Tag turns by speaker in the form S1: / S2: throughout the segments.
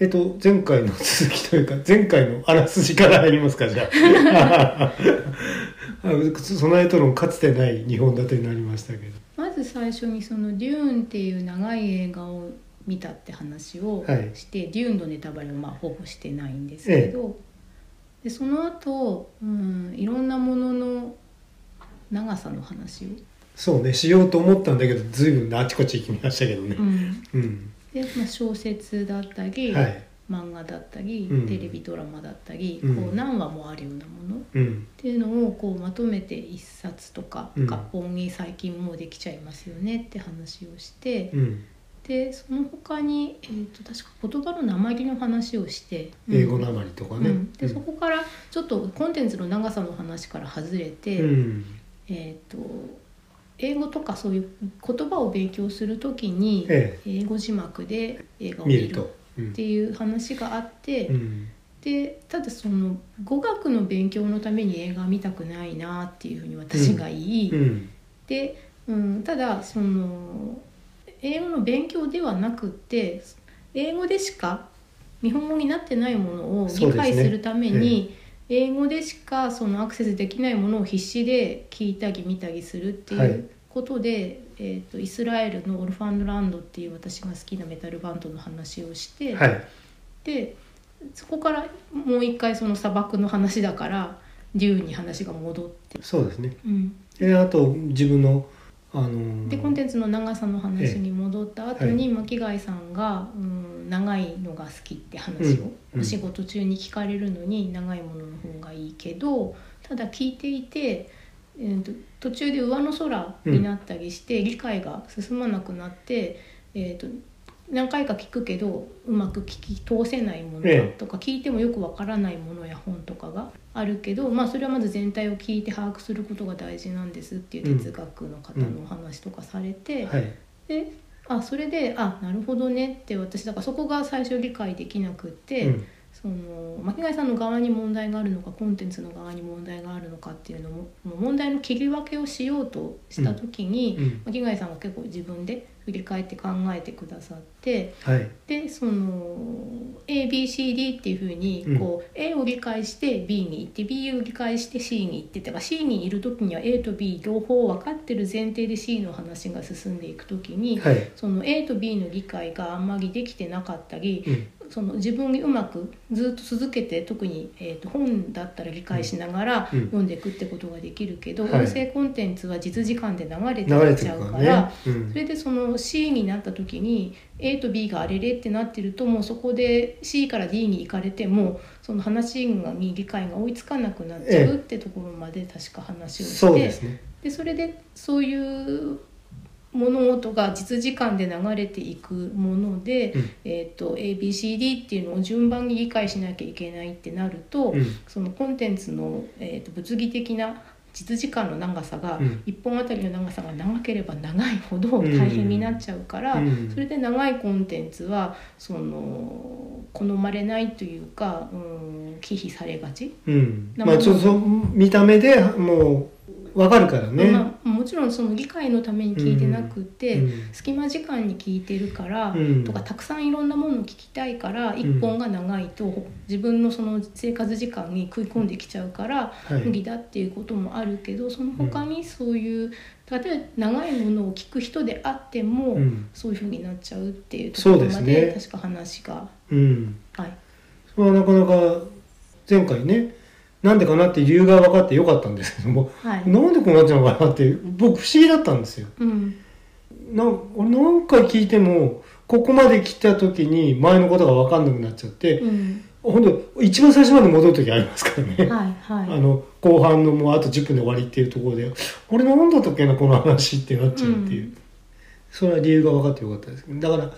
S1: えっと、前回の続きというか、前回のあらすじから入りますか、じゃ あ。あ備えと論かつてない2本立てになりましたけど。
S2: まず最初にその「デューン」っていう長い映画を見たって話を
S1: はい
S2: して、デューンのネタバレをまあほぼしてないんですけど、でその後、うんいろんなものの長さの話を、
S1: そうね、しようと思ったんだけど、随分あちこち行きましたけどね
S2: う。ん
S1: うん。
S2: でまあ、小説だったり、
S1: はい。
S2: 漫画だったり、
S1: うん
S2: テレビドラマだったり、
S1: うん
S2: こう何話もあるようなものっ
S1: うん。
S2: ていうのをこうまとめて一冊とか
S1: うん
S2: 合本に最近もうできちゃいますよねって話をして。
S1: うん。
S2: でその他に、えー、と確か言葉の鉛の話をして、うん
S1: 英語なまりとかね。
S2: うんでそこからちょっとコンテンツの長さの話から外れて、
S1: うん。
S2: えー、と英語とかそういう言葉を勉強するときに、
S1: え
S2: 英語字幕で映画を
S1: 見
S2: 見
S1: る
S2: る
S1: と。う
S2: っ
S1: ん
S2: て。いう話があって、
S1: うん。
S2: でただその語学の勉強のために映画見たくないなっていうふうに私が言い、
S1: うん。
S2: で、うん、ただその英語の勉強ではなくって英語でしか見本語になってないものを
S1: そう
S2: 理
S1: ですね
S2: 解するために、英語でしかそのアクセスできないものを必死で聞いたり見たりするってい
S1: はいう
S2: ことで、えー、とイスラエルのオルファンドランドっていう私が好きなメタルバンドの話をして、
S1: はい。
S2: でそこからもう一回その砂漠の話だからデューンに話が戻って。
S1: そうですね。
S2: うん
S1: で、あと、自分の、あのー
S2: でコンテンツの長さの話に戻った後に、巻貝さんが、うん、長いのが好きって話を、
S1: うん
S2: お仕事中に聞かれるのに長いものの方がいいけどただ聞いていて、えーと途中で上の空になったりして、理解が進まなくなって、えー、と何回か聞くけどうまく聞き通せないものが
S1: ええ
S2: とか、聞いてもよくわからないものや本とかがあるけど、まあ、それはまず全体を聞いて把握することが大事なんですっていう哲学の方のお話とかされて、
S1: はい。
S2: であそれであなるほどねって私だからそこが最初理解できなくて、
S1: うん。
S2: その巻貝さんの側に問題があるのかコンテンツの側に問題があるのかっていうのももう問題の切り分けをしようとした時に、
S1: うん。
S2: 巻貝さんは結構自分で振り返って考えてくださって。
S1: はい。
S2: でその ABCD っていうふうにこう、A を理解して B に行って B を理解して C に行っててか C にいる時には A と B 両方分かってる前提で C の話が進んでいく時に、
S1: はい。
S2: その A と B の理解があんまりできてなかったり、
S1: うん。
S2: その自分にうまくずっと続けて特に、えー、と本だったら理解しながら
S1: うん
S2: 読んでいくってことができるけど、
S1: はい
S2: 音声コンテンツは実時間で流れ
S1: 流れて
S2: てきち
S1: る
S2: ゃう
S1: か
S2: からら
S1: ね。うん
S2: そ。れでその C になった時に A と B があれれってなってるともうそこで C から D に行かれてもその話に理解が追いつかなくなっちゃうってところまで確か話をして、
S1: そうですね。
S2: でそれでそういう物事が実時間で流れていくもので、
S1: うん
S2: えー、と ABCD っていうのを順番に理解しなきゃいけないってなると、
S1: うん。
S2: そのコンテンツの、えー、と物理的な実時間の長さが、
S1: うん
S2: 1本あたりの長さが長ければ長いほど大変になっちゃうから、
S1: うん
S2: それで長いコンテンツはその好まれないというか、うん、忌避されがち、
S1: うん、
S2: 生
S1: まあちょっとそう見た目でもうわかるからね、
S2: まあ、もちろんその議会のために聞いてなくて、
S1: うん
S2: 隙間時間に聞いてるから、
S1: うん
S2: とかたくさんいろんなものを聞きたいから
S1: ん
S2: 1本が長いと自分のその生活時間に食い込んできちゃうから
S1: はい
S2: 無理だっていうこともあるけどその他にそういう例えば長いものを聞く人であっても、
S1: うん
S2: そういうふうになっちゃうっていうところ
S1: そ
S2: ま
S1: うで
S2: です
S1: ね
S2: 確か話が、
S1: うん、
S2: はい、
S1: それはなかなか前回ねなんでかなって理由が分かってよかったんですけども、
S2: はい、
S1: なんでこうなっちゃうのかなって僕不思議だったんですよ
S2: うん、
S1: な俺何回聞いてもここまで来た時に前のことが分かんなくなっちゃって、
S2: うん、
S1: ほん、本当一番最初まで戻る時ありますからね、
S2: はいはい。
S1: あの後半のもうあと10分で終わりっていうところで俺なんだったっけなこの話ってなっちゃうっていう、
S2: うん
S1: それは理由が分かってよかったですけどだから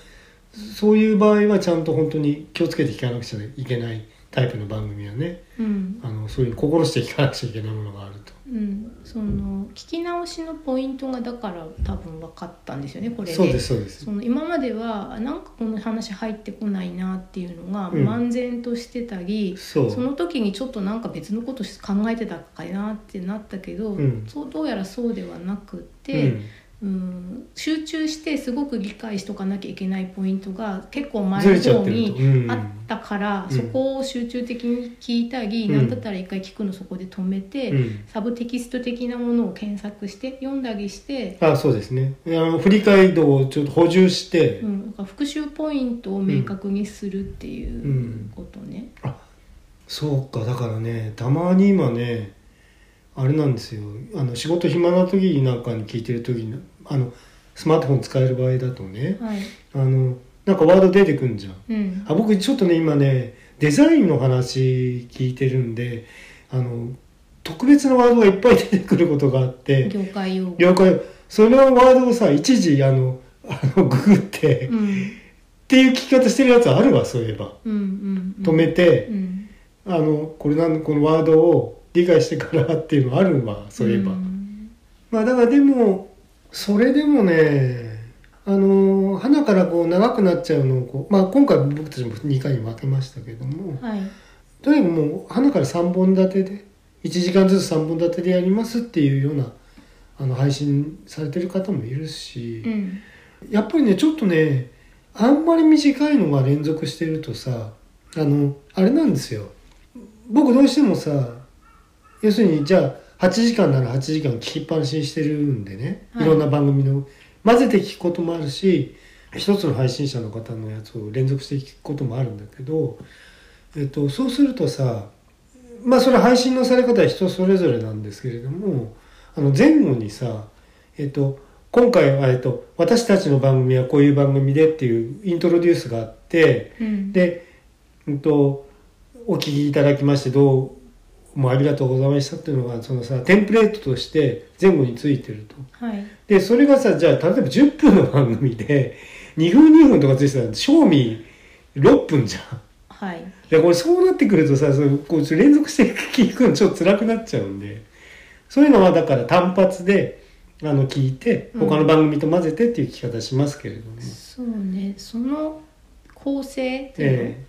S1: そういう場合はちゃんと本当に気をつけて聞かなくちゃいけないタイプの番組はね
S2: うん
S1: あのそういう心して聞かなくちゃいけないものがあると
S2: うん、その聞き直しのポイントがだから多分分かったんですよねこれで
S1: そうですそうです
S2: その今まではあなんかこの話入ってこないなっていうのが
S1: うん
S2: 漫然としてたり、
S1: そう
S2: その時にちょっとなんか別のこと考えてたかなってなったけど、
S1: うん
S2: そうどうやらそうではなく
S1: う
S2: て、
S1: ん
S2: うん、集中してすごく理解しとかなきゃいけないポイントが結構前
S1: ずれち
S2: の
S1: ゃっ
S2: 方
S1: てると、
S2: に
S1: うん
S2: あったから、
S1: うん
S2: そこを集中的に聞いたり、
S1: うん
S2: なんだったら一回聞くのそこで止めて、
S1: うん
S2: サブテキスト的なものを検索して読んだりして、
S1: あそうですねあの振り返り度をちょっと補充して、
S2: うん、なんか復習ポイントを明確にするっていうことね。
S1: そうかだからねたまに今ねあれなんですよあの仕事暇な時なんかに聞いてる時にあのスマートフォン使える場合だとね
S2: はい、
S1: あのなんかワード出てくんじゃん
S2: うん、
S1: あ僕ちょっとね今ねデザインの話聞いてるんであの特別なワードがいっぱい出てくることがあって
S2: 業界用語。
S1: 了解そのワードをさ一時あのあのググって、
S2: う
S1: っ
S2: ん、
S1: ていう聞き方してるやつあるわそういえば
S2: うん、うん、うん
S1: 止めて、
S2: うん、
S1: あのこれなんこのワードを理解してからっていうのあるわそういえば、
S2: ん
S1: まあだからでもそれでもねあの花からこう長くなっちゃうのをこう、まあ、今回僕たちも2回に分けましたけども、
S2: はい、
S1: とにかくもう花から3本立てで1時間ずつ3本立てでやりますっていうようなあの配信されてる方もいるし、
S2: うん、
S1: やっぱりねちょっとねあんまり短いのが連続してるとさあのあれなんですよ僕どうしてもさ要するにじゃあ8時間なら8時間聞きっぱなしにしてるんでね、
S2: は
S1: い、
S2: い
S1: ろんな番組の混ぜて聞くこともあるし一つの配信者の方のやつを連続して聞くこともあるんだけど、えっと、そうするとさまあそれ配信のされ方は人それぞれなんですけれどもあの前後にさえっと、今回は、えっと、私たちの番組はこういう番組でっていうイントロデュースがあって、
S2: うん、
S1: で、うんと、お聞きいただきましてどうもありがとうございましたっていうのが、そのさ、テンプレートとして前後についてると。
S2: はい、
S1: で、それがさ、じゃあ、例えば10分の番組で、2分2分とかついてたら、賞味6分じゃん。
S2: はい、
S1: でこれそうなってくるとさそのこう連続して聞くのちょっと辛くなっちゃうんでそういうのはだから単発であの聞いて
S2: うん
S1: 他の番組と混ぜてっていう聞き方しますけれども、
S2: そうね、その構成っていうの、
S1: え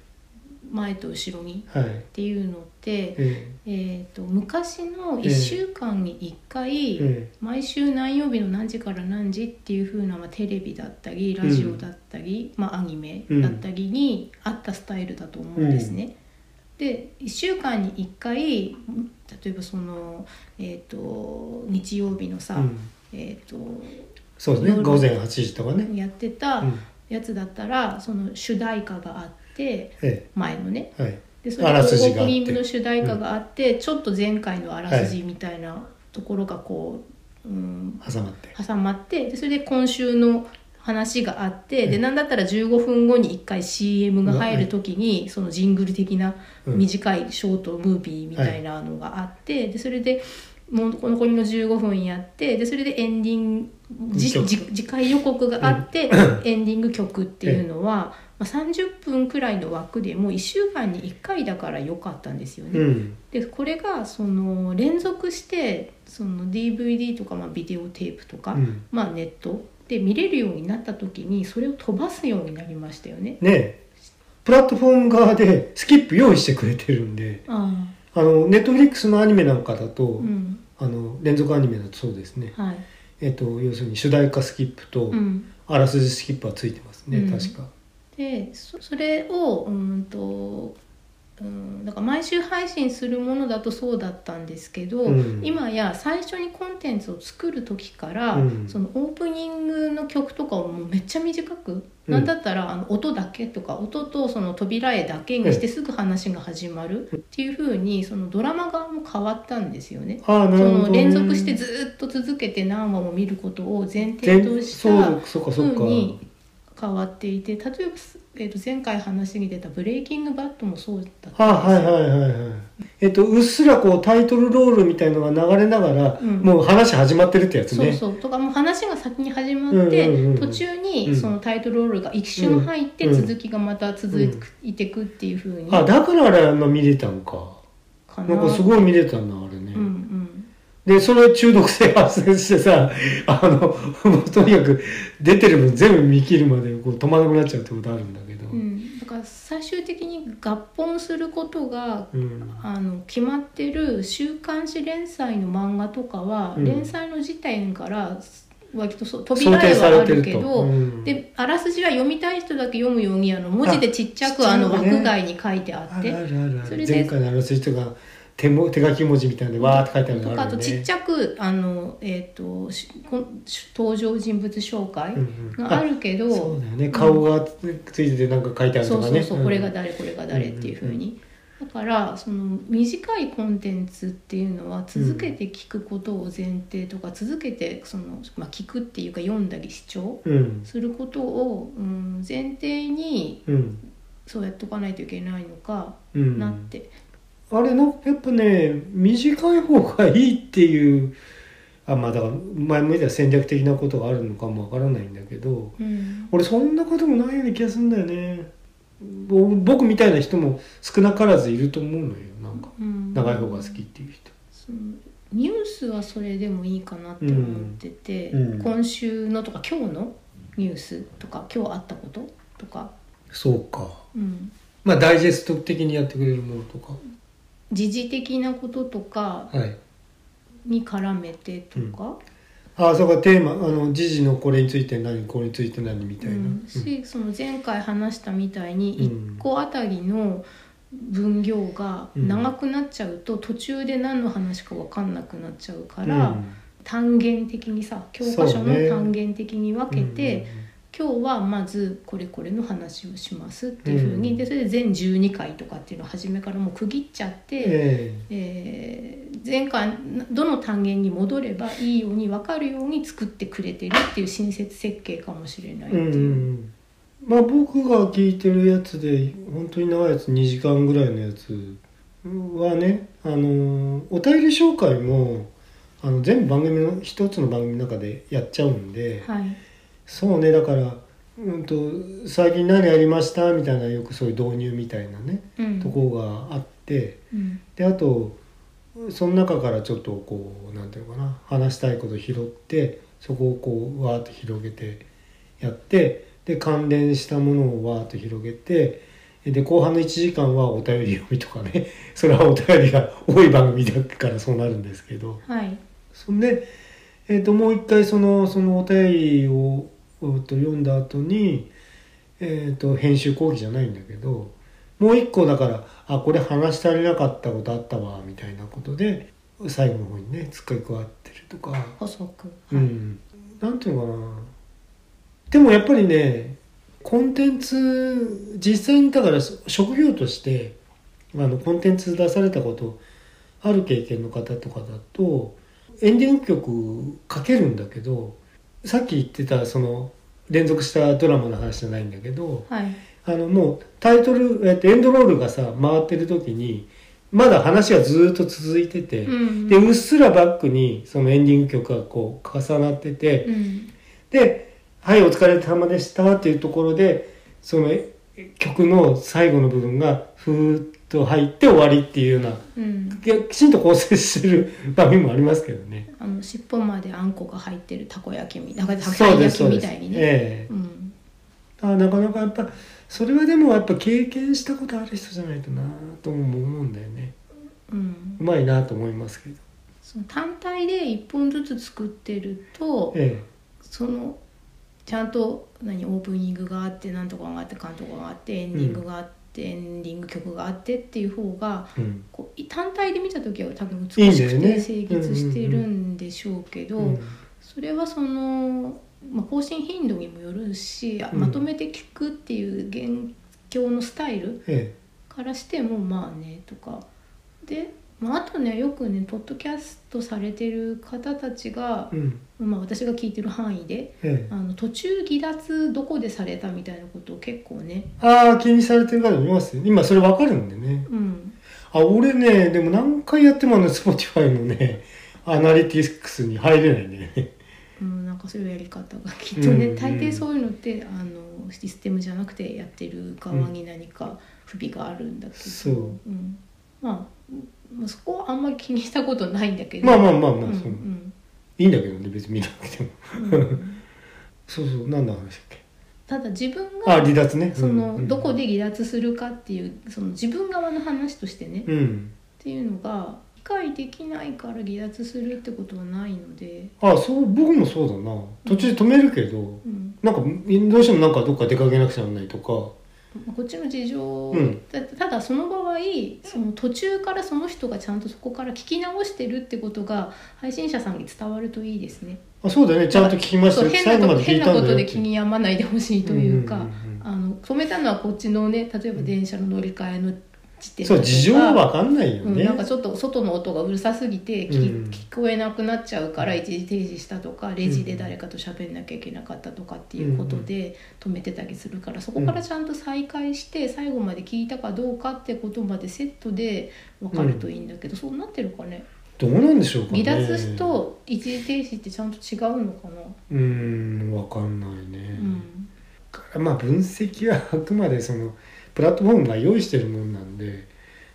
S2: 前と後ろに
S1: えはい
S2: っていうのって、
S1: え
S2: えー、と昔の
S1: ええ
S2: 1週間に1
S1: え
S2: 回、
S1: え
S2: 毎週何曜日の何時から何時っていう風なまあテレビだったりラジオだったり、まあ、アニメだったりに合ったスタイルだと思うんですね。で1週間に1回例えばその、えー、と日曜日のさ、
S1: うん
S2: えー、と
S1: そうですね
S2: 夜
S1: 午前8時とかね、
S2: やってた
S1: うん
S2: やつだったら、その主題歌があって
S1: え
S2: 前のね
S1: えはい
S2: でそ
S1: あ
S2: れ
S1: ら
S2: とオ
S1: すじがあ
S2: ープ
S1: って
S2: ニングの主題歌があって、ちょっと前回のあらすじみたいなところがこう、うん、
S1: 挟まって
S2: 挟まってでそれで今週の話があって、
S1: う
S2: で
S1: ん
S2: なんだったら15分後に1回 CM が入る時に、そのジングル的な
S1: うん
S2: 短いショートムービーみたいなのがあって、でそれでもう残りの15分やってでそれでエンディングじ
S1: 曲
S2: じ次回予告があって、エンディング曲っていうのは、まあ、30分くらいの枠でもう1週間に1回だから良かったんですよね。
S1: うん
S2: でこれがその連続してその DVD とかまあビデオテープとか、
S1: うん
S2: まあ、ネットで見れるようになった時にそれを飛ばすようになりましたよね。
S1: ねえプラットフォーム側でスキップ用意してくれてるんで
S2: あ
S1: あのネットフリックスのアニメなんかだと、
S2: あうん
S1: あの連続アニメだとそうですね、
S2: はい
S1: えっと要するに主題歌スキップと、
S2: うん、
S1: あらすじスキップはついてますね、
S2: うん
S1: 確か。
S2: でそそれをうーんとうんだから毎週配信するものだとそうだったんですけど、
S1: うん
S2: 今や最初にコンテンツを作る時から、
S1: うん
S2: そのオープニングの曲とかをもうめっちゃ短く、
S1: うん
S2: なんだったらあの音だけとか音とその扉絵だけにしてすぐ話が始まるっていう風にそのドラマ側も変わったんですよね。
S1: ああな
S2: そ
S1: るほど、
S2: の連続してずっと続けて何話も見ることを前提
S1: 全
S2: とした
S1: そうそうかそうか
S2: 風。に変わっていて例えば、えー、と前回話に出た「ブレイキングバット」もそうだったんです
S1: あはいはいはいはい。えっとうっすらこうタイトルロールみたいのが流れながら、
S2: うん
S1: もう話始まってるってやつ
S2: そう
S1: ね。
S2: そうとかもう話が先に始まって、
S1: うんうんうんうん
S2: 途中
S1: う
S2: に
S1: ん
S2: そのタイトルロールが一瞬入って、
S1: うん
S2: 続きがまた続いていくっていう風に
S1: あだからあれあんな見れたのか。
S2: か
S1: なんかすごい見れたなあれね。
S2: うんうん
S1: でそれ中毒性発生してさ あのもうとにかく出てる分全部見切るまでこう止まらなくなっちゃうってことあるんだけど。
S2: うん、だから最終的に合本することが
S1: うん
S2: あの決まってる週刊誌連載の漫画とかは、
S1: うん
S2: 連載の時点から割とそう扉絵はあるけど、
S1: うん
S2: であらすじは読みたい人だけ読むようにあの文字でちっちゃくあの
S1: ちっちゃいのね
S2: 枠外に書いてあ
S1: あ
S2: って
S1: るあるあるあ
S2: そ
S1: る
S2: れで
S1: 前回のあの人が手も手書き文字みたいなのでわーって書いてある
S2: と
S1: の
S2: か
S1: があ
S2: あ
S1: るよ
S2: とちっ
S1: ね
S2: ちゃくあの、えー、としこん登場人物紹介
S1: うんうん
S2: があるけど、
S1: そうだよね顔がついててなんか書いてある
S2: そ
S1: と
S2: う
S1: か
S2: そう
S1: ね
S2: そう、
S1: ん
S2: これが誰これが誰っていうふうに、だからその短いコンテンツっていうのは続けて聞くことを前提とか、続けてその、まあ、聞くっていうか読んだり視聴
S1: うん
S2: することを、うん、前提に
S1: うん
S2: そうやっとかないといけないのか
S1: うん
S2: なって、
S1: あれのやっぱね短い方がいいっていうあまあだから前も言った戦略的なことがあるのかもわからないんだけど
S2: うん
S1: 俺そんなこともないような気がするんだよねぼ僕みたいな人も少なからずいると思うのよなんか
S2: うん
S1: 長い方が好きっていう人
S2: そのニュースはそれでもいいかなって思ってて、
S1: うんうん
S2: 今週のとか今日のニュースとか今日あったこととか、
S1: そうか
S2: うん、
S1: まあダイジェスト的にやってくれるものとか
S2: 時事的なこととか
S1: はい
S2: に絡めてとか、
S1: ああそうかテーマあの時事のこれについて何これについて何みた
S2: う
S1: いな、
S2: ん、
S1: うん
S2: しその前回話したみたいに
S1: うん
S2: 1個あたりの分量が長くなっちゃうと途中で何の話か分かんなくなっちゃうか
S1: う
S2: ら、
S1: ん
S2: 単元的にさ教科書
S1: そう
S2: の
S1: ね
S2: 単元的に分けて、今日はまずこれこれの話をしますっていうふうに、
S1: うん
S2: でそれで全12回とかっていうのを初めからもう区切っちゃって。
S1: え
S2: えー前回どの単元に戻ればいいように分かるように作ってくれてるっていう親切設計かもしれない
S1: え
S2: って
S1: うんうんう
S2: いう。
S1: んまあ僕が聞いてるやつで本当に長いやつ2時間ぐらいのやつはねあのお便り紹介もあの全部番組の一つの番組の中でやっちゃうんで、
S2: はい、
S1: そうねだから、うん、と最近何やりましたみたいなよくそういう導入みたいなね、
S2: うん
S1: とこがあって。
S2: うん
S1: であとその中からちょっとこうなんていうのかな話したいことを拾ってそこをこうわーっと広げてやってで関連したものをわーっと広げてで後半の1時間はお便り読みとかね それはお便りが多い番組だからそうなるんですけど
S2: はい
S1: そんで、えー、ともう一回そのそのお便りをうんと読んだ後に、えー、と編集講義じゃないんだけどもう一個だからあこれ話し足りなかったことあったわみたいなことで最後の方にね突っか加わってるとか、
S2: 補足、はい
S1: うん、なんていうのかなでもやっぱりねコンテンツ実際にだから職業としてあのコンテンツ出されたことある経験の方とかだとエンディング曲かけるんだけどさっき言ってたその連続したドラマの話じゃないんだけど
S2: はい
S1: あのもうタイトル、えっと、エンドロールがさ回ってる時にまだ話がずーっと続いてて、
S2: うん
S1: でうっすらバックにそのエンディング曲がこう重なってて、
S2: うん
S1: で「はいお疲れ様でした」っていうところでそのえ曲の最後の部分がふーっと入って終わりっていうような
S2: うん、
S1: ききちんと構成してる場面もありますけどね。
S2: あの尻尾まであんこが入ってるたこ焼きみたいなたこ
S1: そうで
S2: 焼
S1: す
S2: き
S1: そうで
S2: み
S1: す
S2: たいにね
S1: ええ
S2: うん、
S1: あなかなかやっぱそれはでもやっぱ経験したことある人じゃないとなとも思うんだよね
S2: うん
S1: うまいなと思いますけど、
S2: その単体で1本ずつ作ってると
S1: え
S2: そのちゃんと何オープニングがあってなんとかがあって監督があってエンディングがあって、エンディング曲があってっていう方が
S1: えうん
S2: こう単体で見た時は多分
S1: いい
S2: 美
S1: ん
S2: し
S1: だ
S2: く
S1: よね
S2: て清潔してるんでしょうけど
S1: うん
S2: それはその、まあ、更新頻度にもよるし、あ
S1: うん
S2: まとめて聞くっていう現況のスタイル
S1: え
S2: からしてもまあねとかで、まあ、あとねよくねポッドキャストされてる方たちが
S1: え、うん
S2: まあ、私が聞いてる範囲で
S1: ええ
S2: あの途中離脱どこでされたみたいなことを結構ね、
S1: ああ気にされてる方もいますよ今それわかるんでね
S2: うん、
S1: あ俺ねでも何回やってもあの Spotify のねアナリティクスに入れないんだよね
S2: うん、なんかそういうやり方がきっとね、
S1: うん
S2: 大抵そういうのってあのシステムじゃなくてやってる側に何か不備があるんだけど、
S1: そうん
S2: まあまあそこはあんまり気にしたことないんだけど
S1: まあまあまあまあ、
S2: うん
S1: そういいんだけどね別に見なくても
S2: うんうん
S1: そうそう何の話だっけ
S2: ただ自分
S1: あ
S2: が
S1: 離脱ね
S2: そ
S1: うんう
S2: の
S1: ん
S2: どこで離脱するかっていうその自分側の話としてね、っ
S1: うん
S2: ていうのが解できないから離脱するってことはないので、
S1: あそう僕もそうだな途中で止めるけど
S2: うん
S1: なんかどうしてもなんかどっか出かけなくちゃならないとか
S2: まあこっちの事情、
S1: うん
S2: だただその場合その途中からその人がちゃんとそこから聞き直してるってことが配信者さんに伝わるといいですね。
S1: あそうだよねちゃんと聞きました
S2: そう
S1: よ
S2: 変
S1: 最後
S2: な
S1: ま
S2: こ
S1: で
S2: と
S1: 聞
S2: 変
S1: い
S2: な
S1: た
S2: こ
S1: んだ
S2: と
S1: よ
S2: で気に病まないでほしいというか、
S1: うんうんうん
S2: あの止めたのはこっちのね例えば電車の乗り換えの地点
S1: そう事情は
S2: は
S1: 分かんないよ
S2: うん、
S1: ね、
S2: なんかちょっと外の音がうるさすぎて聞,、
S1: うん
S2: 聞こえなくなっちゃうから一時停止したとかレジで誰かと喋んなきゃいけなかったとかっていうことで止めてたりするからそこからちゃんと再開して最後まで聞いたかどうかってことまでセットで分かるといいんだけど、そうなってるかね
S1: どうなんでしょうかね
S2: 離脱すと一時停止ってちゃんと違うのかな、
S1: うーん分かんないね、
S2: うん
S1: まあ分析はあくまでそのプラットフォームが用意してるもんなんで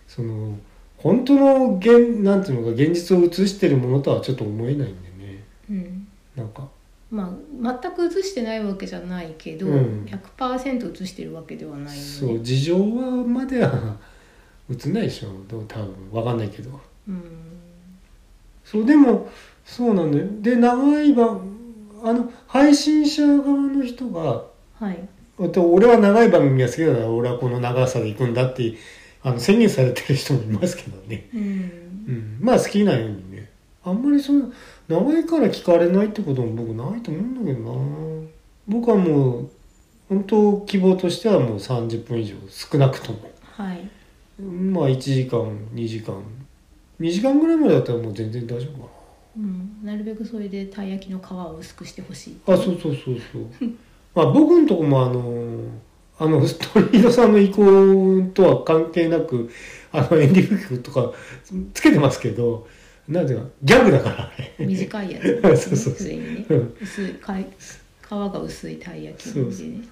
S1: その本当の現なんていうのか現実を映してるものとはちょっと思えないんでね
S2: うん
S1: なんか
S2: まあ、全く映してないわけじゃないけど、
S1: うん
S2: 100%映してるわけではない
S1: そ
S2: の
S1: う
S2: で、
S1: 事情はまでは映んないでしょどう多分分かんないけど
S2: うん、
S1: そうでもそうなんだよで長い番あの配信者側の人が
S2: はい、
S1: あと俺は長い番組が好きだから俺はこの長さで行くんだってあの宣言されてる人もいますけどね、
S2: うん、
S1: うん、まあ好きなようにねあんまりその長いから聞かれないってことも僕ないと思うんだけどな僕はもう本当希望としてはもう30分以上少なくとも
S2: はい、
S1: まあ1時間2時間2時間ぐらいまでだったらもう全然大丈夫か
S2: うん、なるべくそれでたい焼きの皮を薄くしてほしい
S1: なあそうそうそうそう まあ僕のとこもあのあのストリートさんの意向とは関係なくあのエンディング曲とかつけてますけどなんていうかギャグだからあれ
S2: 短いやつ
S1: そうそうそう
S2: 薄いね
S1: うん
S2: 薄いかい皮が薄いたい焼きなんでね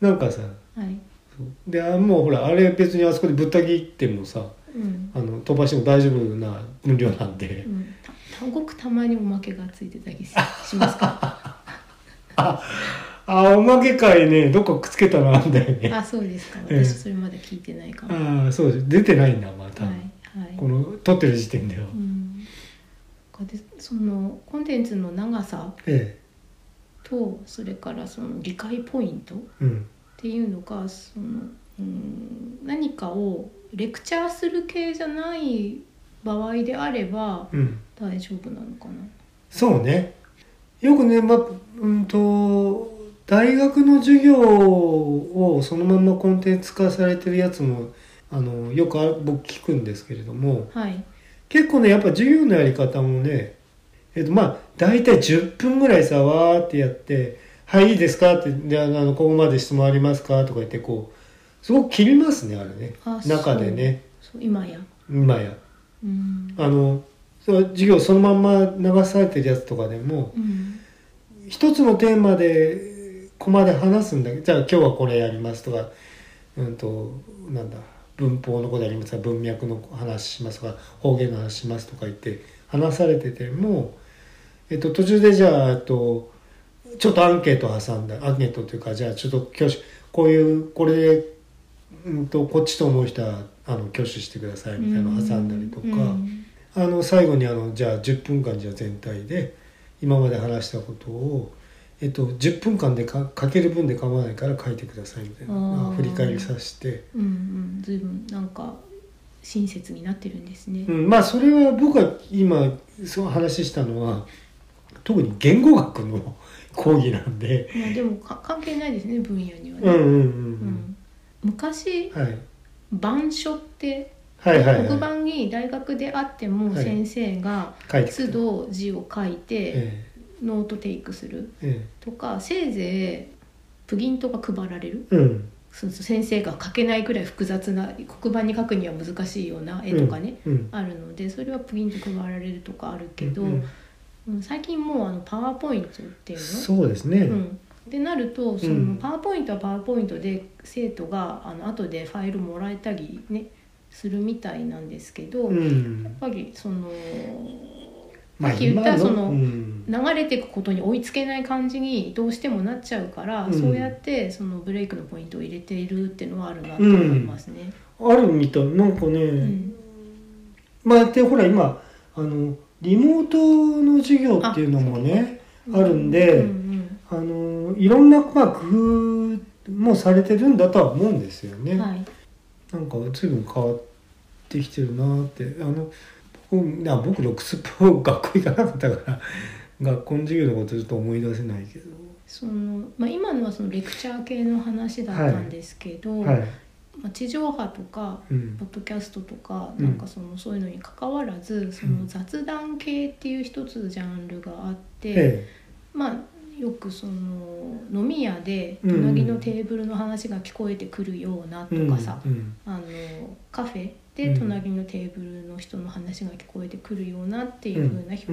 S1: なんかさ
S2: はいはい
S1: そうであもうほらあれ別にあそこでぶった切ってもさ
S2: うん
S1: あの飛ばしても大丈夫な分量なんで
S2: うん、たたごくたまにおまけがついてたりししますか
S1: あおまけ会ねどっかくっつけたなあんだよね
S2: あそうですか
S1: ええ
S2: 私それまだ聞いてないかも、は
S1: ああそうです出てないんだま
S2: い
S1: た、
S2: はい
S1: この撮ってる時点では、
S2: うん、でそのコンテンツの長さ
S1: え
S2: とそれからその理解ポイントっ
S1: えうん
S2: ていうのがその、うん、何かをレクチャーする系じゃない場合であれば
S1: うん
S2: 大丈夫なのかな。
S1: そうねよくねまうんと大学の授業をそのままコンテンツ化されてるやつもあのよくあ僕聞くんですけれども
S2: はい、
S1: 結構ねやっぱ授業のやり方もねえっとまあ大体10分ぐらいさわーってやって「はいいいですか?」って「じゃああのここまで質問ありますか?」とか言ってこうすごく切りますねあれね
S2: あ
S1: 中でね
S2: そう今や、
S1: 今や。
S2: うん
S1: あのそう授業そのまんま流されてるやつとかでも
S2: うん
S1: 一つのテーマでここまで話すんだけどじゃあ今日はこれやりますとか、うん、となんだ文法のことやりますとか文脈の話しますとか方言の話しますとか言って話されてても、えっと、途中でじゃあ、えっと、ちょっとアンケート挟んだアンケートというかじゃあちょっと教師こういうこれで、うん、とこっちと思う人はあの挙手してくださいみたいなのを挟んだりとか。
S2: うん
S1: あの最後にあのじゃあ10分間じゃあ全体で今まで話したことを、えっと、10分間でか書ける分で構わないから書いてくださいみたいなま
S2: あ
S1: あ
S2: ー
S1: 振り返りさせて、
S2: うんうん、随分なんか親切になってるんですね。
S1: うん、まあそれは僕は今そう話したのは特に言語学の講義なんで
S2: まあでもか関係ないですね分野にはね。
S1: うんうんうん
S2: うん昔
S1: うん、はい、
S2: 板書って
S1: はいはい
S2: 黒
S1: は
S2: 板に大学であっても
S1: はい
S2: 先生が
S1: い書いてく
S2: 都
S1: る
S2: 度字を書いて
S1: え
S2: ノートテイクする
S1: ええ
S2: とかせいぜいプリントが配られる
S1: えうん
S2: そうそう先生が書けないくらい複雑な黒板に書くには難しいような絵とかね、
S1: うんうん
S2: あるのでそれはプリント配られるとかあるけど、
S1: うん
S2: うん最近もうあのパワーポイントっていうの
S1: そうですね、
S2: うん、でなるとそ
S1: うん
S2: のパワーポイントはパワーポイントで生徒があの後でファイルもらえたりねするみたいなんですけど、
S1: う
S2: やっ
S1: ん、
S2: ぱりその
S1: まあ
S2: さっき言った
S1: 今
S2: その
S1: うん
S2: 流れていくことに追いつけない感じにどうしてもなっちゃうから、
S1: うん
S2: そうやってそのブレイクのポイントを入れているっていうのはあるなと思いますね。
S1: あるみたいなんかね、
S2: うん
S1: まあでほら今あのリモートの授業っていうのもねあるんで、
S2: うん
S1: あのいろんな、まあ、工夫もされてるんだとは思うんですよ
S2: う
S1: ね。
S2: んはい
S1: なんか随分変わってきてるなってあの僕な僕ロックスポ学校行かなかったから 学校の授業のことちょっと思い出せないけど、
S2: そのまあ、今のはそのレクチャー系の話だったんですけど、
S1: はい、
S2: まあ、地上波とか
S1: うん
S2: ポ、ッドキャストとか
S1: うん
S2: なんかそのそういうのに関わらずその雑談系っていう一つジャンルがあって、
S1: え
S2: まあよくその飲み屋で
S1: うん
S2: 隣のテーブルの話が聞こえてくるような
S1: え
S2: とかさ、
S1: うん
S2: あのカフェで
S1: うん
S2: 隣のテーブルの人の話が聞こえてくるようなっていう風な表現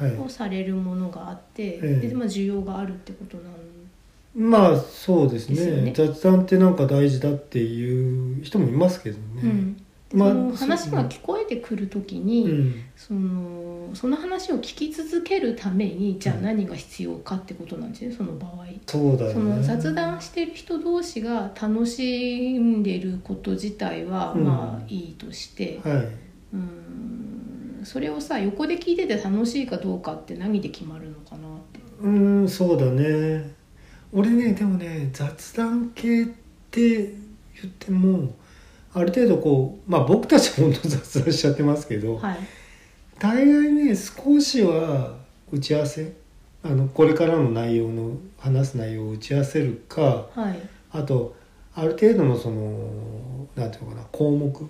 S1: うんはい
S2: をされるものがあって、
S1: ええ
S2: でまあ需要があるってことなん
S1: まあそうですね
S2: ですよね
S1: 雑談ってなんか大事だっていう人もいますけどね、
S2: うん、で
S1: まあ
S2: その話
S1: そう
S2: が聞こえてくる時に、
S1: うん
S2: そのその話を聞き続けるためにじゃあ何が必要かってことなんですね、その場合。
S1: そうだよ
S2: そ
S1: ね
S2: の雑談してる人同士が楽しんでること自体は
S1: うん
S2: まあいいとして、
S1: はい
S2: うん、それをさ横で聞いてて楽しいかどうかって何で決まるのかなって。
S1: うーんそうだね俺ねでもね雑談系って言ってもある程度こうまあ僕たちは本当雑談しちゃってますけど、
S2: はい、
S1: 大概ね少しは打ち合わせあのこれからの内容の話す内容を打ち合わせるか
S2: はい
S1: あとある程度のそのなんていうのかな項目、
S2: うん、
S1: こ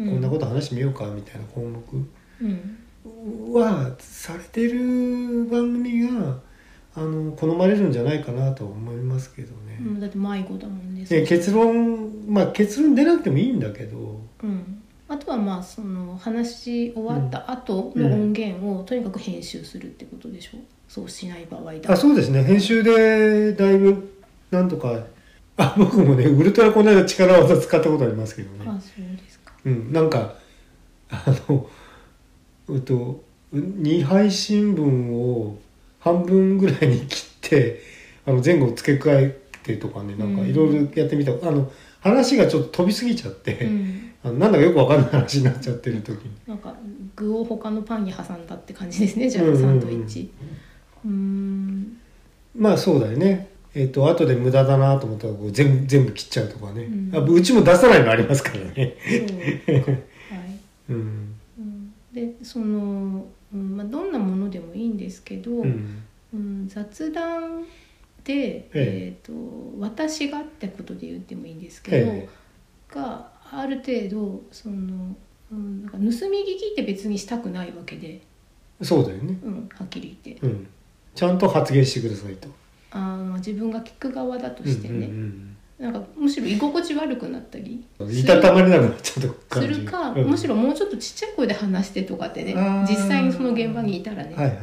S1: んなこと話してみようかみたいな項目
S2: うん
S1: はされてる番組があの好まれるんじゃないかなとは思いますけどね
S2: う。ん、だって迷子だもんね
S1: ね結論まあ結論出なくてもいいんだけど、
S2: うん、あとはまあその話し終わった後の音源をとにかく編集するってことでしょそうしない場合だ
S1: あそうですね編集でだいぶなんとかあ僕もねウルトラこの間力技使ったことありますけどね。
S2: あそうですか
S1: うん、なんかあのうと2配信分を半分ぐらいに切ってあの前後を付け加えてとかねなんか
S2: うん
S1: いろいろやってみた、あの話がちょっと飛びすぎちゃって、
S2: うん
S1: あのなんだかよくわかんない話になっちゃってる時に。
S2: なんか具を他のパンに挟んだって感じですねじゃあ
S1: うんうんうん
S2: サンドイッチうーん
S1: まあそうだよね。えっ、と、後で無駄だなと思ったらこう全部、全部切っちゃうとかね。
S2: うん
S1: あうちも出さないのありますからね。
S2: そう かはい、
S1: うん。
S2: うん、でその、うんまあ、どんなものでもいいんですけど、
S1: うん。
S2: うん、雑談で、
S1: え
S2: えーと私がってことで言ってもいいんですけど、
S1: え
S2: がある程度その、うん、なんか盗み聞きって別にしたくないわけで、
S1: そうだよね。
S2: うん、はっきり言って
S1: うん。ちゃんと発言してくださいと。
S2: あー自分が聞く側だとしてね、
S1: うんうん
S2: なんかむしろ居心地悪くなったり
S1: うん。
S2: す
S1: いた
S2: る
S1: たまれなくなっちゃう
S2: す
S1: 感じ。
S2: るか、
S1: うん
S2: むしろもうちょっとちっちゃい声で話してとかってね
S1: あー
S2: 実際にその現場にいたらね、
S1: はいはいはい。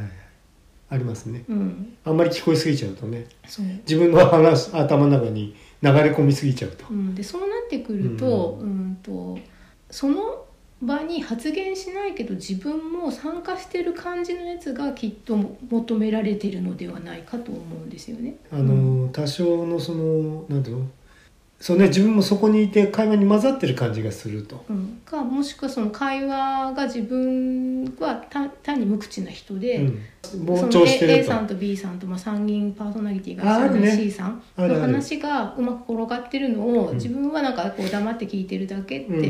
S1: ありますね。
S2: うん
S1: あんまり聞こえすぎちゃうとね。
S2: そう
S1: 自分の話、頭の中に流れ込みすぎちゃうと。
S2: うん、でそうなってくると,、うん、とその場に発言しないけど自分も参加してる感じのやつがきっと求められてるのではないかと思うんですよね。
S1: あの、多少のその、なんていうのそうね、自分もそこにいて会話に混ざってる感じがすると。
S2: うん、かもしくはその会話が自分は単単に無口な人で、
S1: うん、
S2: そ
S1: 膨
S2: の
S1: 張して
S2: A, A
S1: ると
S2: さんと B さんと、まあ、3人パーソナリティが
S1: ああるね
S2: C さん
S1: あるあ
S2: の
S1: る
S2: 話がうまく転がってるのを、
S1: うん
S2: 自分はなんかこう黙って聞いてるだけっ
S1: う
S2: て
S1: んうん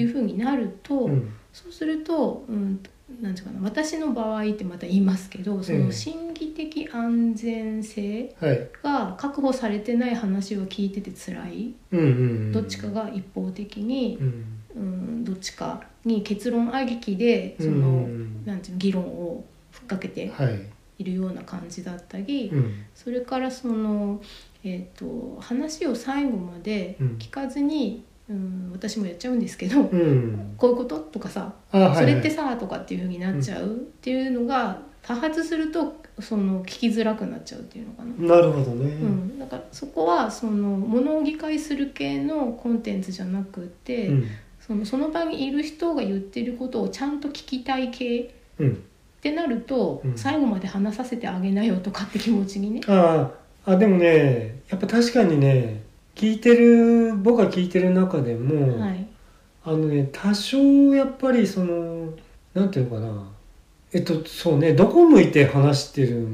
S2: いううんふうになると、
S1: うん
S2: そうすると、うん、なんていうかな私の場合ってまた言いますけどそ
S1: ええ
S2: の心理的安全性
S1: はい
S2: が確保されてない話を聞いてて辛い
S1: うんうんうん
S2: どっちかが一方的に
S1: う、ん
S2: うん、どっちかに結論ありきでその、
S1: うんうん
S2: なんていうの議論をふっかけて
S1: はい、
S2: いるような感じだったり、
S1: うん
S2: それからその、えー、と話を最後まで聞かずに、うん、私もやっちゃうんですけど、
S1: うん、
S2: こういうこととかさ
S1: あはいはい
S2: それってさとかっていう風になっちゃうっていうのが多発するとその聞きづらくなっちゃうっていうのかな。
S1: なるほどね、
S2: うん、だからそこはその物を議会する系のコンテンツじゃなくて、
S1: うん
S2: そのその場にいる人が言ってることをちゃんと聞きたい系
S1: うん、
S2: ってなると、
S1: うん
S2: 最後まで話させてあげなよとかって気持ちにね、
S1: ああでもねやっぱ確かにね聞いてる僕が聞いてる中でも、
S2: はい、
S1: あのね多少やっぱりそのなんていうのかなえっとそうねどこ向いて話してる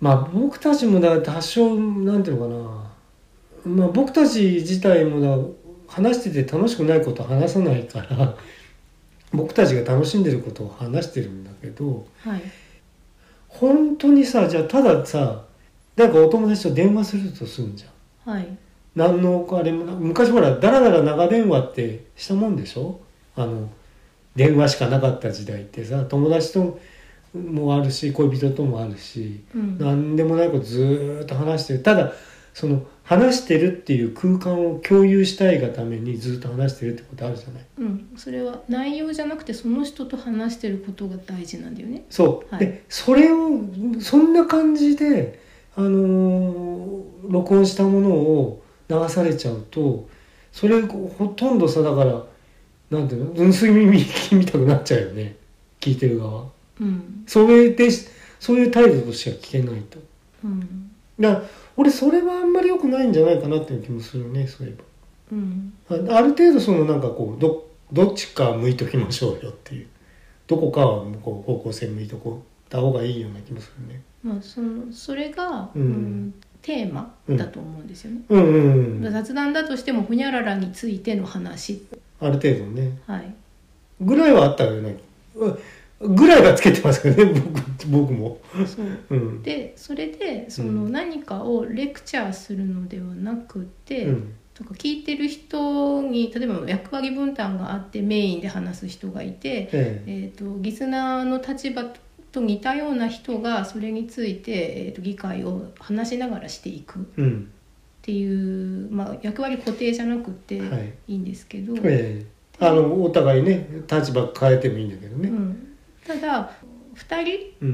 S1: まあ僕たちもだ多少なんていうのかなまあ僕たち自体もだ話してて楽しくないことは話さないから僕たちが楽しんでることを話してるんだけど
S2: はい
S1: 本当にさじゃあたださなんかお友達と電話するとすんじゃん。
S2: はい
S1: 何のあれもな昔ほらだらだら長電話ってしたもんでしょあの電話しかなかった時代ってさ友達ともあるし恋人ともあるし
S2: うん
S1: 何でもないことずーっと話してるただその話してるっていう空間を共有したいがためにずっと話してるってことあるじゃない
S2: うん、それは内容じゃなくてその人と話してることが大事なんだよね。
S1: そう、
S2: はい
S1: でそれをそんな感じで、あのー録音したものを流されちゃうとそれほとんどさだからなんていうの盗み耳みたくなっちゃうよね聞いてる側
S2: うん、
S1: それでそういう態度としては聞けないと
S2: うん、
S1: だから俺それはあんまり良くないんじゃないかなっていう気もするねそういえ
S2: うん、
S1: ばあある程度そのなんかこうどどっちか向いときましょうよっていうどこかはこう方向性向いとこた方がいいような気もするね
S2: まあそのそれが、
S1: うん
S2: テーマだと思うんですよね。
S1: うんうんうん、あ
S2: 雑談だとしてもほにゃららについての話、
S1: る程度ね
S2: はい、
S1: ぐらいはあったよねうんぐらいはつけてますけどね僕僕も、
S2: そう
S1: うん、
S2: でそれでその
S1: うん
S2: 何かをレクチャーするのではなくて、
S1: うん
S2: とか聞いてる人に例えば役割分担があってメインで話す人がいて、
S1: ええ
S2: えー、とリスナーの立場と似たような人がそれについて、えー、と議会を話しながらしていくっ
S1: うん
S2: ていう、まあ、役割固定じゃなくて
S1: はい
S2: いいんですけど、
S1: ええあのお互いね立場変えてもいいんだけど
S2: う
S1: ね、
S2: ん、ただ
S1: うん
S2: 2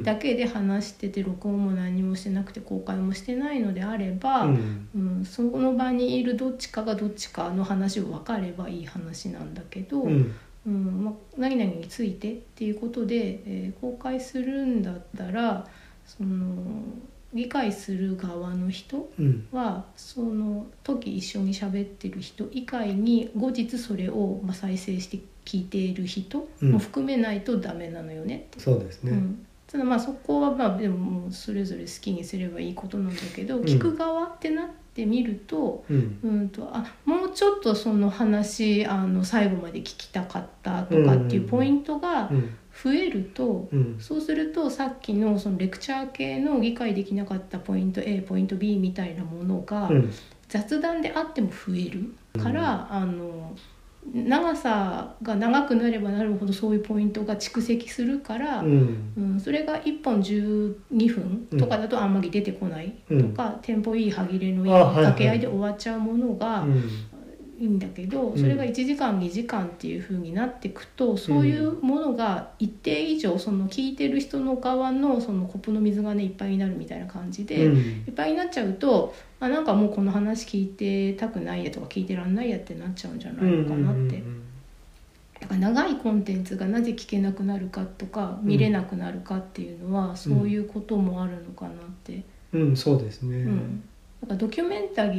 S2: 人だけで話してて録音も何もしてなくて公開もしてないのであれば、
S1: う
S2: うんんその場にいるどっちかがどっちかの話を分かればいい話なんだけど。
S1: うん
S2: うんまあ、何々についてっていうことで、えー公開するんだったらその理解する側の人
S1: うん
S2: はその時一緒に喋ってる人以外に後日それを、まあ、再生して聞いている人
S1: うん
S2: も含めないとダメなのよねって。
S1: そうですね、
S2: うんただまあそこはまあでももうそれぞれ好きにすればいいことなんだけど、
S1: うん
S2: 聞く側ってなってみると
S1: うん
S2: うんとあもうちょっとその話あの最後まで聞きたかったとかっていうポイントが
S1: うん
S2: 増えると、
S1: うん
S2: そうするとさっきのそのレクチャー系の理解できなかったポイント A ポイント B みたいなものが
S1: うん
S2: 雑談であっても増えるから、あの長さが長くなればなるほどそういうポイントが蓄積するから、
S1: うん
S2: うん、それが1本12分とかだとあんまり出てこないとか、テンポいい歯切れのいい
S1: あはいはい
S2: 掛け合いで終わっちゃうものが
S1: うん
S2: いいんだけど、
S1: ん
S2: それが1時間2時間っていう風になってくとそういうものが一定以上その聞いてる人の側のそのコップの水がねいっぱいになるみたいな感じで。
S1: うん
S2: いっぱいになっちゃうとあなんかもうこの話聞いてたくないやとか聞いてらんないやってなっちゃうんじゃないのかなって、だから長いコンテンツがなぜ聞けなくなるかとか見れなくなるかっていうのは、そういうこともあるのかなって、
S1: うんうんそうですね、
S2: うん、だからドキュメンタリー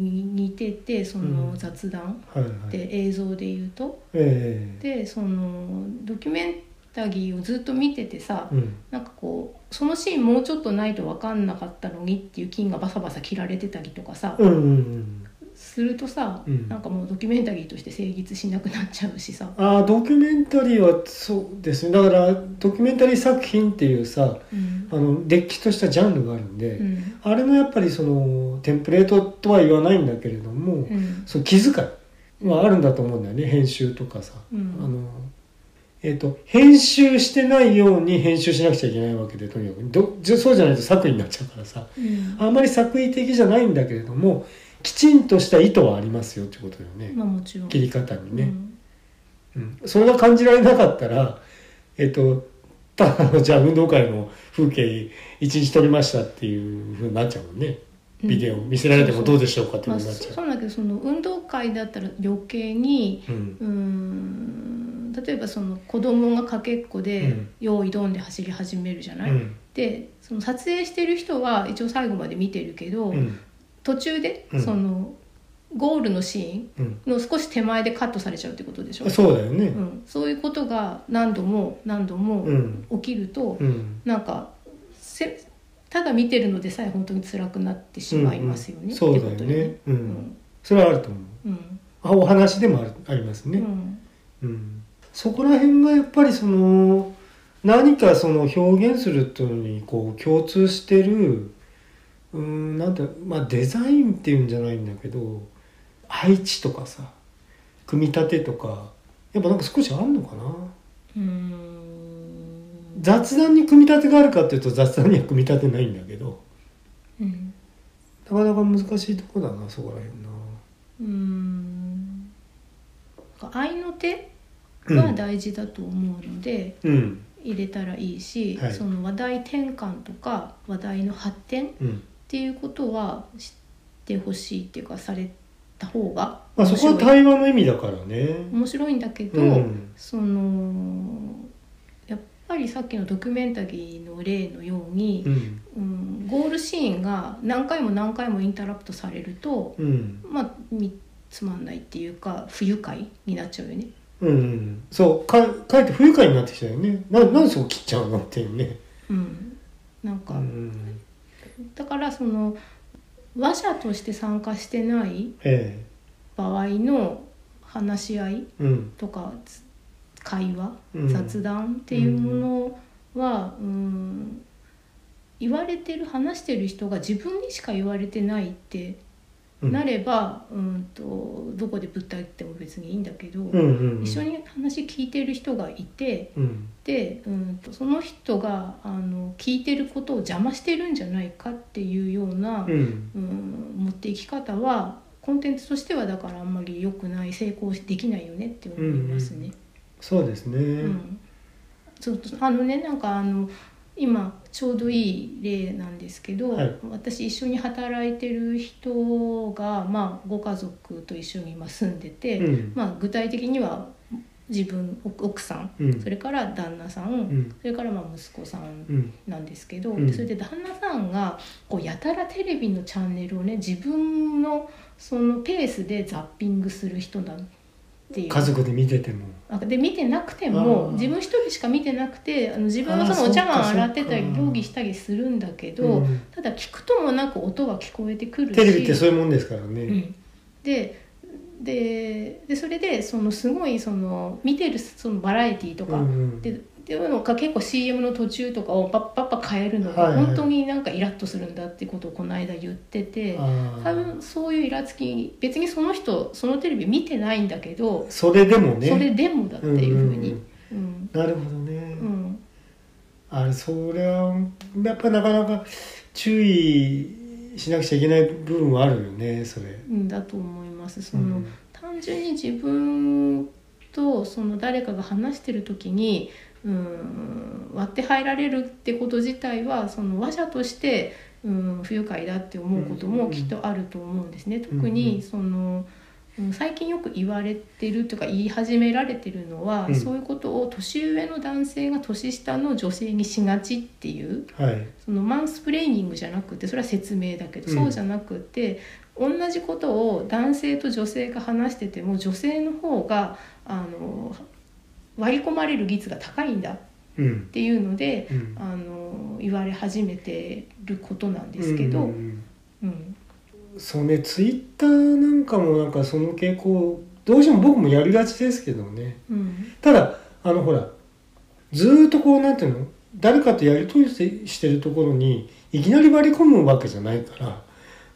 S2: に似ててその
S1: うん
S2: 雑談
S1: はいはい
S2: で映像で言うと、
S1: ええ
S2: でそのドキュメンタリーをずっと見ててさ、
S1: うん
S2: なんかこうそのシーンもうちょっとないと分かんなかったのにっていう菌がバサバサ切られてたりとかさ、
S1: うんうん
S2: するとさ、
S1: うん
S2: なんかもうドキュメンタリーとして成立しなくなっちゃうしさ、
S1: ああドキュメンタリーはそうですねだからドキュメンタリー作品っていうさ
S2: うん
S1: あのれっきとしたジャンルがあるんで、
S2: うん
S1: あれもやっぱりそのテンプレートとは言わないんだけれども、
S2: うん
S1: そう気遣いはあるんだと思うんだよね編集とかさ、
S2: うん
S1: あのえっ、と編集してないように編集しなくちゃいけないわけでとにかくどじゃそうじゃないと作為になっちゃうからさ
S2: うん
S1: あんまり作為的じゃないんだけれどもきちんとした意図はありますよってことだよね、
S2: まあもちろん。
S1: 切り方に
S2: う
S1: ね、
S2: ん
S1: うんそれが感じられなかったらえっ、とただのじゃあ運動会の風景一日撮りましたっていうふうになっちゃうもんね
S2: うん
S1: ビデオ見せられてもどうでしょうかって
S2: ま
S1: こ
S2: あ、
S1: とになっち
S2: そ
S1: ゃ
S2: そうなんだけどその運動会だったら余計に
S1: う。うん
S2: うーん例えばその子供がかけっこ
S1: う
S2: で
S1: ん
S2: 用意どんで走り始めるじゃない、
S1: うん
S2: でその撮影してる人は一応最後まで見てるけど、
S1: うん
S2: 途中で
S1: うん
S2: そのゴールのシ
S1: うん、
S2: ーンの少し手前でカットされちゃうってことでしょ、
S1: そうだよね
S2: うん、そういうことが何度も何度
S1: う
S2: も
S1: ん
S2: 起きると、
S1: うん
S2: なんかせただ見てるのでさえ本当に辛くなってしまいますよね、
S1: うんうん
S2: ってこと
S1: そうだよねう
S2: うんん
S1: それはあると思う
S2: うん
S1: あお話でもあるあります
S2: う
S1: ね、
S2: ん
S1: うん、そこら辺がやっぱりその何かその表現するというのにこう共通してるうーんなんてまあデザインっていうんじゃないんだけど配置とかさ組み立てとかやっぱなんか少しあんのかな
S2: うん
S1: 雑談に組み立てがあるかっていうと雑談には組み立てないんだけど
S2: うん
S1: なかなか難しいとこだなそこら辺な
S2: うん愛の手が大事だと思うので、
S1: うん
S2: 入れたらいいし、
S1: はい
S2: その話題転換とか話題の発展っ
S1: うん
S2: ていうことは知ってほしいっていうかされた方が
S1: まあそこは対話の意味だからね
S2: 面白いんだけど、
S1: うん
S2: そのやっぱりさっきのドキュメンタリーの例のように
S1: う、ん
S2: うんゴールシーンが何回も何回もインタラプトされると、
S1: うん
S2: まあみつまんないっていうか不愉快になっちゃうよね。
S1: うん、そうかかえって不愉快になってきたよねななんでそこ切っちゃうのっていうね、
S2: うん、なん
S1: う
S2: か、
S1: ん、
S2: だからその話者として参加してない
S1: え
S2: 場合の話し合い
S1: えうん
S2: とかつ会話、
S1: うん
S2: 雑談っていうものは、うん、言われてる話してる人が自分にしか言われてないって
S1: うん
S2: なれば、うん、とどこでぶった切っても別にいいんだけど、
S1: うんうんうん
S2: 一緒に話聞いてる人がいて
S1: うん
S2: で、うん、とその人があの聞いてることを邪魔してるんじゃないかっていうような、
S1: うん
S2: うん、持っていき方はコンテンツとしてはだからあんまり良くない成功できないよねって思いますね。
S1: そうですね、
S2: うんそうあのねなんかあの今ちょうどいい例なんですけど、
S1: はい
S2: 私一緒に働いてる人が、まあ、ご家族と一緒に今住んでて、
S1: うん
S2: まあ、具体的には自分奥奥さん
S1: うん
S2: それから旦那さん、
S1: うん
S2: それからまあ息子さん
S1: うん
S2: なんですけど、
S1: うん
S2: それで旦那さんがこうやたらテレビのチャンネルをね自分のそのペースでザッピングする人だっていう。
S1: 家族で見てても
S2: あで見てなくて
S1: あー
S2: も自分一人しか見てなくてあの自分はそのお茶
S1: あー
S2: 碗
S1: そっか
S2: 洗ってた
S1: そっ
S2: り
S1: か
S2: 料理したりするんだけど、
S1: うん
S2: ただ聞くともなく音は聞こえてくるし
S1: テレビってそういうもんですからね、
S2: うんでででそれでそのすごいその見てるそのバラエティーとか、
S1: うん
S2: でっていうのが結構 CM の途中とかをパッパッパ変えるの
S1: はい
S2: が
S1: はい
S2: 本当になんかイラッとするんだってことをこの間言ってて、
S1: あ
S2: 多
S1: ー
S2: 分そういうイラつき別にその人そのテレビ見てないんだけど、
S1: それでもね
S2: それでもだっていうふうに。
S1: ん
S2: うん
S1: なるほどね、
S2: うん
S1: あれそれはやっぱなかなか注意しなくちゃいけない部分はあるよねそれ
S2: うんだと思いますそうの、
S1: ん
S2: 単純に自分とその誰かが話してる時にうん割って入られるってこと自体はその話者としてうん不愉快だって思うこと
S1: う
S2: も
S1: ん
S2: きっとあると思うんですね。
S1: ん
S2: 特にそのうん最近よく言われてるというか言い始められてるのは、
S1: うん
S2: そういうことを年上の男性が年下の女性にしがちっていう
S1: はい
S2: そのマンスプレーニングじゃなくてそれは説明だけど、
S1: うん
S2: そうじゃなくて同じことを男性と女性が話してても女性の方があの割り込まれる率が高いんだっ
S1: うん
S2: ていうので
S1: うん
S2: あの言われ始めてることなんですけ
S1: うん
S2: ど
S1: うん、うん
S2: うん
S1: そうねツイッターなんかもなんかその傾向どうしても僕もやりがちですけどね
S2: うん
S1: ただあのほらずーっとこうなんていうの誰かとやりとりしてしてるところにいきなり割り込むわけじゃないから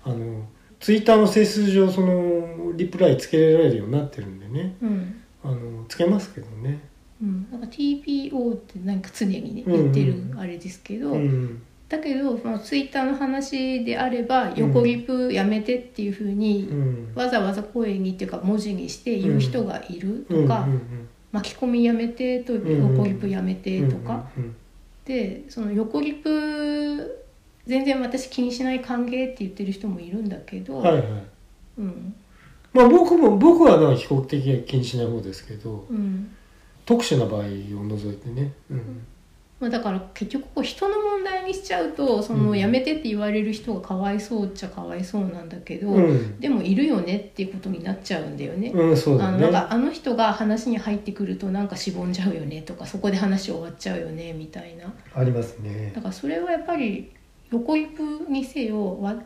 S1: あのツイッターの性質上そのリプライつけられるようになってるんでね
S2: うん
S1: あのつけますけどね。
S2: うん、なんか TPO ってなんか常にね言ってる
S1: うん
S2: あれですけど、
S1: うん
S2: だけど、まあ、ツイッターの話であれば横リプやめてっていうふうに
S1: うん
S2: わざわざ声にっていうか文字にして言う人がいるとか、
S1: うんうん
S2: 巻き込みやめてと
S1: んうん
S2: 横リプやめて
S1: うん
S2: とか、
S1: うんうん
S2: でその横リプ全然私気にしない歓迎って言ってる人もいるんだけど、
S1: はいはい
S2: うん
S1: まあ僕も僕はなんか比較的は気にしない方ですけど
S2: うん
S1: 特殊な場合を除いてね、うん
S2: ままあ、だから結局こう人の問題にしちゃうとその
S1: うん
S2: やめてって言われる人がかわいそうっちゃかわいそうなんだけど、
S1: うん
S2: でもいるよねっていうことになっちゃうんだよね。
S1: うんそう
S2: あ
S1: だ
S2: の
S1: ね
S2: なんかあの人が話に入ってくるとなんかしぼんじゃうよねとかそこで話終わっちゃうよねみたいな
S1: ありますね
S2: だからそれはやっぱり横一くにせよ割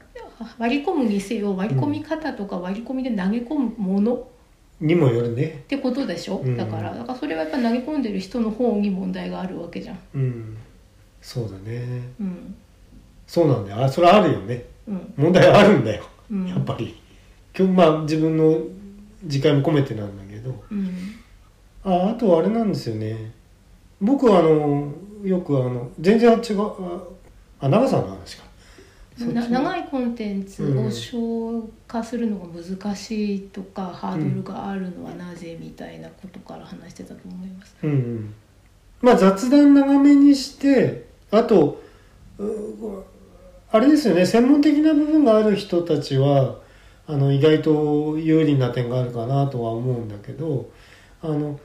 S2: 割り込むにせよ割り込み方とか割り込みで投げ込むもの
S1: にもよるね
S2: ってことでしょ、
S1: うん
S2: だからだからそれはやっぱ投げ込んでる人の方に問題があるわけじゃん。
S1: うんそうだね
S2: うん
S1: そうなんだよあそれあるよね
S2: うん
S1: 問題はあるんだよ
S2: うん、
S1: やっぱり今日まあ自分の次回も込めてなんだけど
S2: うん
S1: ああとはあれなんですよね僕はあのよくあの全然違うああ長さんの話か
S2: な長
S1: い
S2: いコンテンツを消化するのが難しいとか、ハードルがあるのはなぜみたいなことから話してたと思います。
S1: うんうんまあ雑談長めにしてあとうあれですよね専門的な部分がある人たちはあの意外と有利な点があるかなとは思うんだけどあの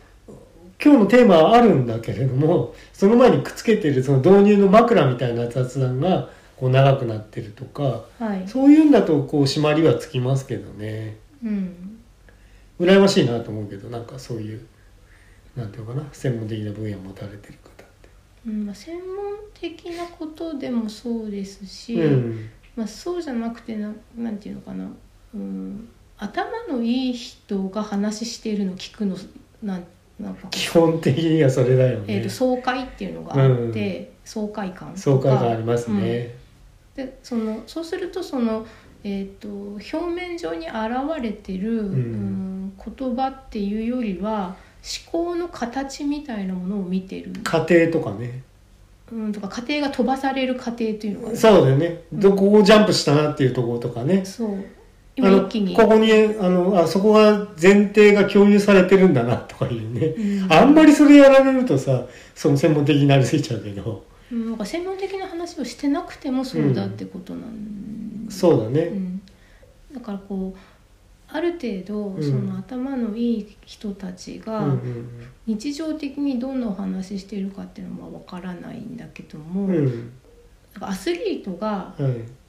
S1: 今日のテーマはあるんだけれどもその前にくっつけてるその導入の枕みたいな雑談がこう長くなってるとか
S2: はい、
S1: そういうんだとこう締まりはつきますけどね
S2: うん
S1: 羨ましいなと思うけどなんかそういうなんていうのかな専門的な分野を持たれてる方って。
S2: うんまあ、専門的なことでもそうですし、
S1: うん
S2: まあ、そうじゃなくてななんていうのかな、うん、頭のいい人が話しているの聞くのなんなんか、
S1: 基本的にはそれだよ
S2: えー、
S1: ね
S2: と。爽快っていうのがあって、爽快感とか
S1: 爽快がありますね。
S2: でそのそうするとその、えー、と表面上に現れてる、うんん言葉っていうよりは思考の形みたいなものを見てる、
S1: 家庭とかね。
S2: うん、とか過程が飛ばされる過程というのが、ね、
S1: そうだよね。どこをジャンプしたなっていうところとかね。
S2: そう
S1: あ
S2: 今
S1: の
S2: 一気に
S1: ここにあのあそこが前提が共有されてるんだなとかいうね。
S2: うん
S1: あんまりそれやられるとさ、その専門的になりすぎちゃうけど。
S2: うんなんか専門的な話をしてなくてもそうだってことなんです、
S1: そうだ
S2: う
S1: ね。
S2: んだからこうある程
S1: う
S2: 度
S1: ん
S2: その頭のいい人たち
S1: う
S2: が、
S1: んうん
S2: 日常的にどんなお話ししてるかっていうのは分からないんだけども、
S1: うん。うん。
S2: なんかアスリートが、
S1: はい。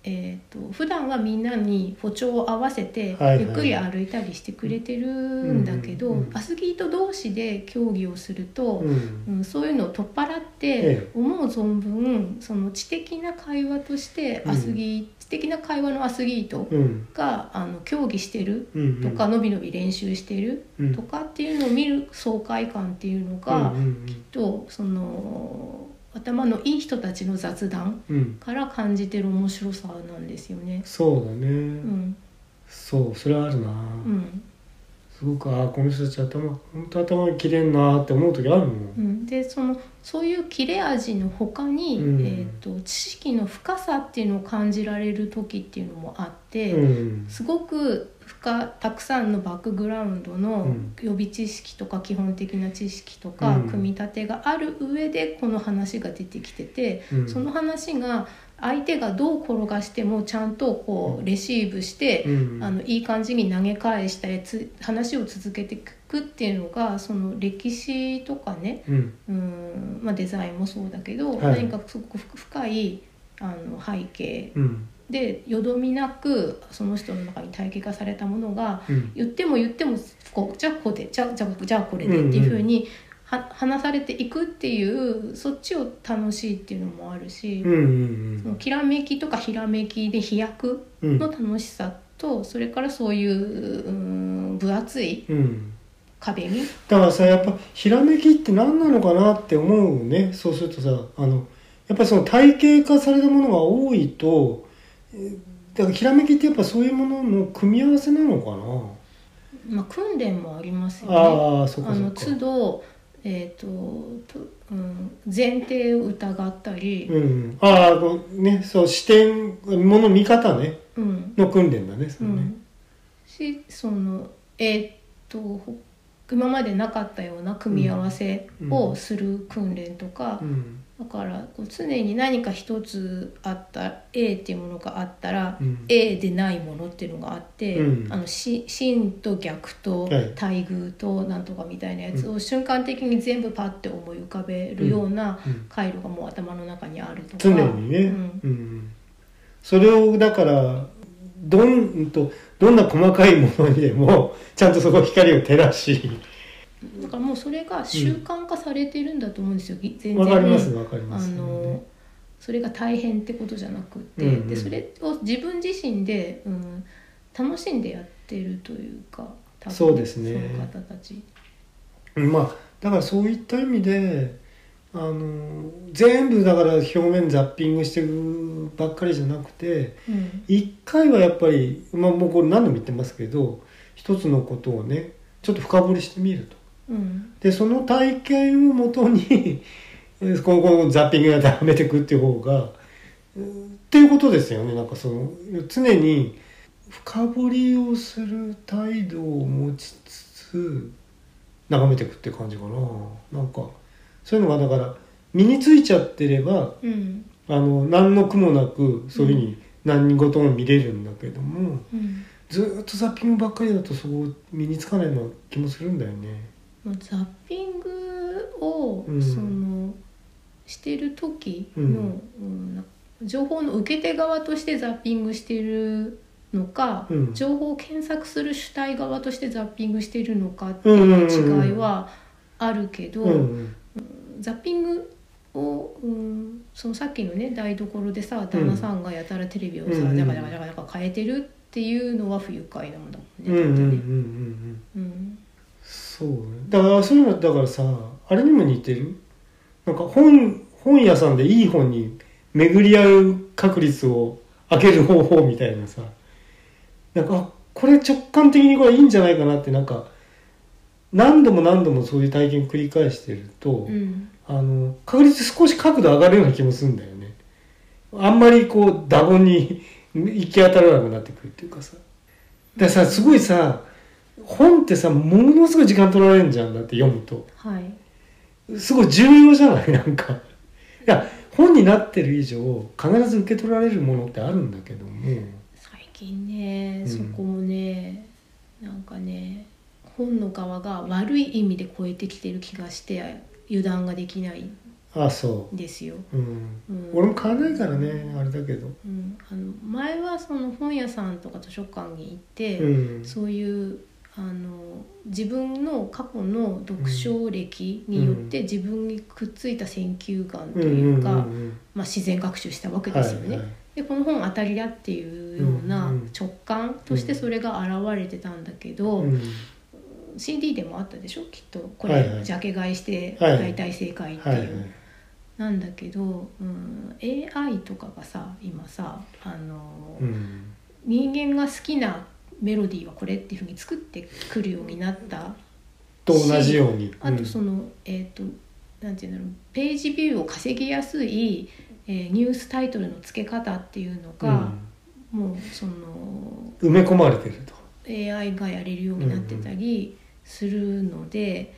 S2: えー、と普段はみんなに歩調を合わせて
S1: はいはい
S2: ゆっくり歩いたりしてくれてるんだけど、
S1: うんうんうん
S2: アスリート同士で競技をすると、
S1: うん。
S2: うん、そういうのを取っ払って、
S1: ええ
S2: 思う存分その知的な会話として
S1: うん
S2: アスリー、知的な会話のアスリート
S1: うん。
S2: が、あの競技してる
S1: うんうん。
S2: とか、のびのび練習してる
S1: うん、
S2: とかっていうのを見る爽快感っていうのが、
S1: うんうん
S2: とその頭のいい人たちの雑談
S1: うん。うん。
S2: から感じてる面白さなんですよね。
S1: そうだね。
S2: うん
S1: そう、それはあるな。
S2: うん
S1: すごくああこの人たち頭本当頭切れんなーって思う時あるも、
S2: うんん、でそのそういう切れ味の他に、
S1: うん
S2: えー、と知識の深さっていうのを感じられる時っていうのもあって、
S1: うん
S2: すごく深たくさんのバックグラウンド
S1: う
S2: の
S1: ん
S2: 予備知識とか基本的な知識とか
S1: うん
S2: 組み立てがある上でこの話が出てきてて、
S1: うん
S2: その話が相手がどう転がしてもちゃんとこうレシーブして、
S1: うん
S2: あのいい感じに投げ返したりつ話を続けていくっていうのがその歴史とかね
S1: うん
S2: うん、まあ、デザインもそうだけど、
S1: はい
S2: 何かすごく深いあの背景
S1: うん
S2: でよどみなくその人の中に体系化されたものが
S1: うん
S2: 言っても言ってもこうじゃあこうでじゃあじゃあじゃあこれでっていうふうには話されていくっていうそっちを楽しいっていうのもあるし、
S1: うん
S2: そのきらめきとかひらめきで飛躍
S1: うんうん
S2: の楽しさと、それからそういううん分厚い
S1: うん
S2: 壁に、
S1: だからさやっぱひらめきって何なのかなって思うねそうするとさあのやっぱりその体系化されたものが多いとえーだからひらめきってやっぱそういうものの組み合わせなのか
S2: まあ、訓練もありますよ
S1: な、
S2: ね。
S1: ああそっ
S2: あ
S1: かそ
S2: の
S1: っか
S2: 都度、えーとぷうん、前提を疑ったり、
S1: うんうんああこうねそう視点もの見方ね
S2: うん、
S1: の訓練だねそうれね
S2: ん、しそのえーっとほ今までなかったような組み合わせをする訓練とか、
S1: うん
S2: だからこう常に何か一つあった A っていうものがあったら、
S1: うん
S2: A でないものっていうのがあって、
S1: うん
S2: あのし真と逆と
S1: はい
S2: 対偶となんとかみたいなやつを瞬間的に全部パッて思い浮かべるような
S1: うん
S2: 回路がもう頭の中にあるとか
S1: 常にね、
S2: うん
S1: うんそれをだからどんうんとどんな細かいものにでもちゃんとそこ光を照らし
S2: だからもうそれが習慣化されてるんだと思うんですよ、全然
S1: わかりますわかりま
S2: あ
S1: す、
S2: のそれが大変ってことじゃなくて、
S1: うんうん
S2: でそれを自分自身で、うん、楽しんでやってるというか多分
S1: そうですね
S2: その方たち。
S1: うんまあだからそういった意味であの全部だから表面ザッピングしていくばっかりじゃなくて
S2: うん
S1: 一回はやっぱり、まあ、もうこれ何度も言ってますけど一つのことをねちょっと深掘りしてみると。
S2: うん
S1: でその体験をもとに こうこうザッピングやってはめていくっていう方がうんっていうことですよねなんかその常に深掘りをする態度を持ちつつ眺めていくっていう感じかななんかそういうのがだから身についちゃってれば
S2: うん
S1: あの何の苦もなくそういうふうに何事も見れるんだけども、
S2: うん
S1: ずーっとザッピングばっかりだとそこ身につかないような気もするんだよね。
S2: まあザッピングを、
S1: うん
S2: そのしてる時の、うんな情報の受け手側としてザッピングしてるのか、
S1: うん
S2: 情報を検索する主体側としてザッピングしてるのかって
S1: うんうん
S2: いう
S1: うんうん
S2: 違いはあるけど、
S1: うん
S2: ザッピングを、うん、そのさっきのね台所でさ旦那さんがやたらテレビをさ、
S1: うんうん
S2: ジャカジャカジャカジャカ変えてるっていうのは不愉快なもんだもん
S1: う
S2: ね。
S1: んうんうんうんう
S2: だって
S1: ん
S2: ねうん
S1: そうねだからそういうのだからさあれにも似てるなんか本本屋さんでいい本に巡り合う確率を上げる方法みたいなさなんかあこれ直感的にこれいいんじゃないかなってなんか何度も何度もそういう体験繰り返してると、
S2: うん
S1: あの確率少し角度上がるような気もするんだよねあんまりこうダボに行き当たらなくなってくるっていうかさだからさすごいさ本ってさものすごい時間取られるじゃんだって読むと
S2: はい
S1: すごい重要じゃない なんかいや本になってる以上必ず受け取られるものってあるんだけども
S2: 最近ね、
S1: うん
S2: そこもねなんかね本の側が悪い意味で超えてきてる気がして油断ができないん
S1: ああそ
S2: ですよ。
S1: ううん
S2: うん
S1: 俺も買わないからねあれだけど
S2: うん、あの前はその本屋さんとか図書館に行って、
S1: うん
S2: そういうあの自分の過去の読書歴によって自分にくっついた選球眼と
S1: うん
S2: いうか、
S1: んうん
S2: まあ、自然学習したわけですよね。
S1: はいはい
S2: でこの本当たりだっていうよう
S1: う
S2: な
S1: う
S2: ん
S1: ん
S2: 直感としてそれが現れてたんだけど、
S1: うん
S2: CD でもあったでしょきっとこれ、
S1: はいはい
S2: ジャケ買いして
S1: はい
S2: 大体正解ってい
S1: は
S2: う。
S1: いはい
S2: なんだけど、うん、AI とかがさ今さあの、
S1: うん
S2: 人間が好きなメロディーはこれっていうふうに作ってくるようになった
S1: と同じように
S2: あとそ
S1: の
S2: の、えっ、となんていうんだろうページビューを稼ぎやすい、えーニュースタイトルの付け方っていうのが、もうその
S1: 埋め込まれてると
S2: AI がやれるようになってたりするので、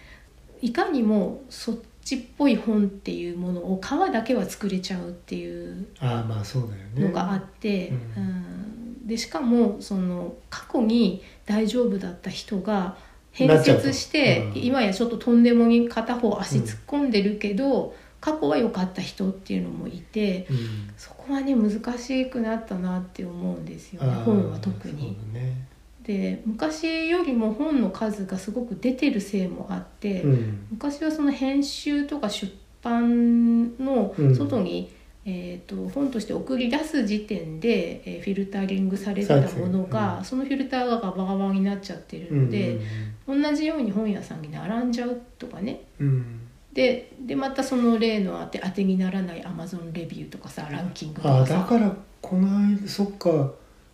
S2: いかにもそっちっぽい本っていうものを皮だけは作れちゃうっていう
S1: ああまあそうだよね
S2: のがあって、
S1: ね
S2: う
S1: うん
S2: でしかもその過去に大丈夫だった人が変節し
S1: な
S2: て、
S1: っちゃうとうん
S2: 今やちょっととんでもに片方足突っ込んでるけど、過去は良かった人っていうのもいて
S1: うん
S2: そこはね難しくなったなって思うんですよね
S1: ああ
S2: 本は特に。
S1: そうだね
S2: で昔よりも本の数がすごく出てるせいもあって。
S1: うん
S2: 昔はその編集とか出版の
S1: うん
S2: 外に、えー、と本として送り出す時点で、えーフィルタリングされてたものが、
S1: う
S2: そのフィルターがガバガバになっちゃってるので、同じように本屋さんに並んじゃうとかね
S1: うんうん
S2: ででまたその例の当て当てにならないアマゾンレビューとかさランキングと
S1: ああ
S2: か
S1: だ
S2: さ
S1: からこの間そっか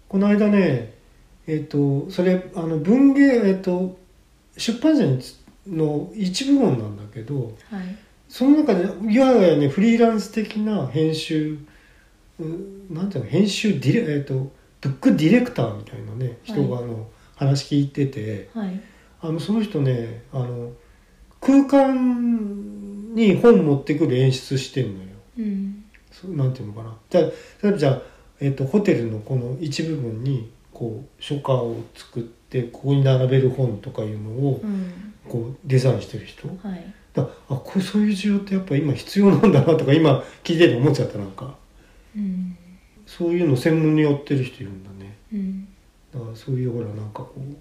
S1: この間ねえっ、とそれあの文芸えっ、と出版社の一部門なんだけど
S2: はい
S1: その中でいわゆるねフリーランス的な編集うんなんていうの編集ディレえっ、とブックディレクターみたいなね人があの、話聞いてて
S2: はい
S1: あのその人ねあの空間に本持ってくる演出してんのよ
S2: うん
S1: そうなんていうのかなじゃあ例えばじゃあ、えっとホテルのこの一部分にこう書家を作ってここに並べる本とかいうのを
S2: うん
S1: こうデザインしてる人
S2: はい
S1: だあこれそういう需要ってやっぱ今必要なんだなとか今聞いてて思っちゃったなんか
S2: うん
S1: そういうの専門にやってる人いるんだね
S2: うん
S1: だからそういうほらなんかこう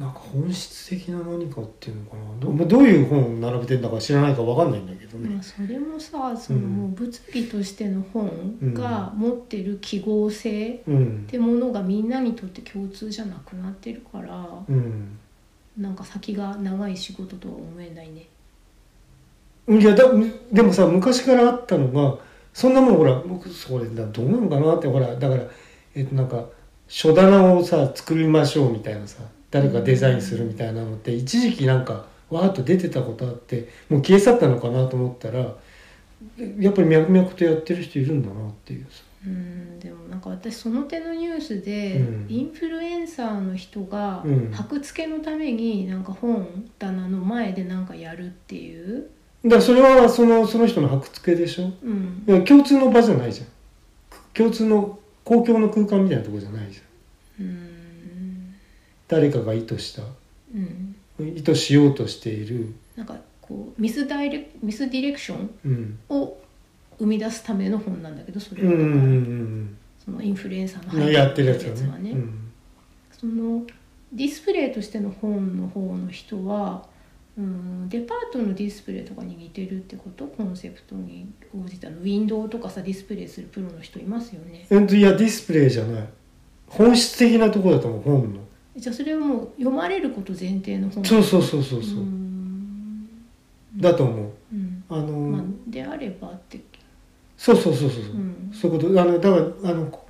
S1: なんか本質的な何かっていうのかなど,、まあ、どういう本並べてんだか知らないかわかんないんだけど
S2: ま
S1: ね
S2: あ、それもさその
S1: うん
S2: もう物理としての本が持ってる記号性
S1: うん
S2: ってものがみんなにとって共通じゃなくなってるから
S1: うん
S2: なんか先が長い仕事とは思えないね。
S1: いやだでもさ昔からあったのがそんなもんほら僕それだどうなのかなってほらだからえっとなんか書棚をさ作りましょうみたいなさ誰かデザインするみたいなのって一時期なんかわーっと出てたことあってもう消え去ったのかなと思ったらやっぱり脈々とやってる人いるんだなっていうさ。
S2: うんでもなんか私その手のニュースで、
S1: うん
S2: インフルエンサーの人が
S1: うん
S2: 箔付けのためになんか本棚の前でなんかやるっていう、
S1: だからそれはそのその人の箔付けでしょ
S2: うん
S1: いや共通の場じゃないじゃん共通の公共の空間みたいなとこじゃないじゃん
S2: うん
S1: 誰かが意図した
S2: うん、
S1: 意図しようとしている
S2: なんかこうミスダイレミスディレクション
S1: うん
S2: を生み出すための本なんだけどそれ
S1: うん
S2: は
S1: う
S2: だから、
S1: ん
S2: そのインフルエンサーの
S1: うんうんやってるやつ
S2: 入
S1: はねうん
S2: そのディスプレイとしての本の方の人はうんデパートのディスプレイとかに似てるってことコンセプトに応じたのウィンドウとかさディスプレイするプロの人いますよね
S1: えっといやディスプレイじゃない本質的なとこだと思う本の
S2: じゃあそれはもう読まれること前提の本
S1: そううそうそうそうそううんだと思う
S2: うん
S1: あの
S2: まあ、であればって
S1: そうそうそうそうそう
S2: うん
S1: そういうことあのだからあのこ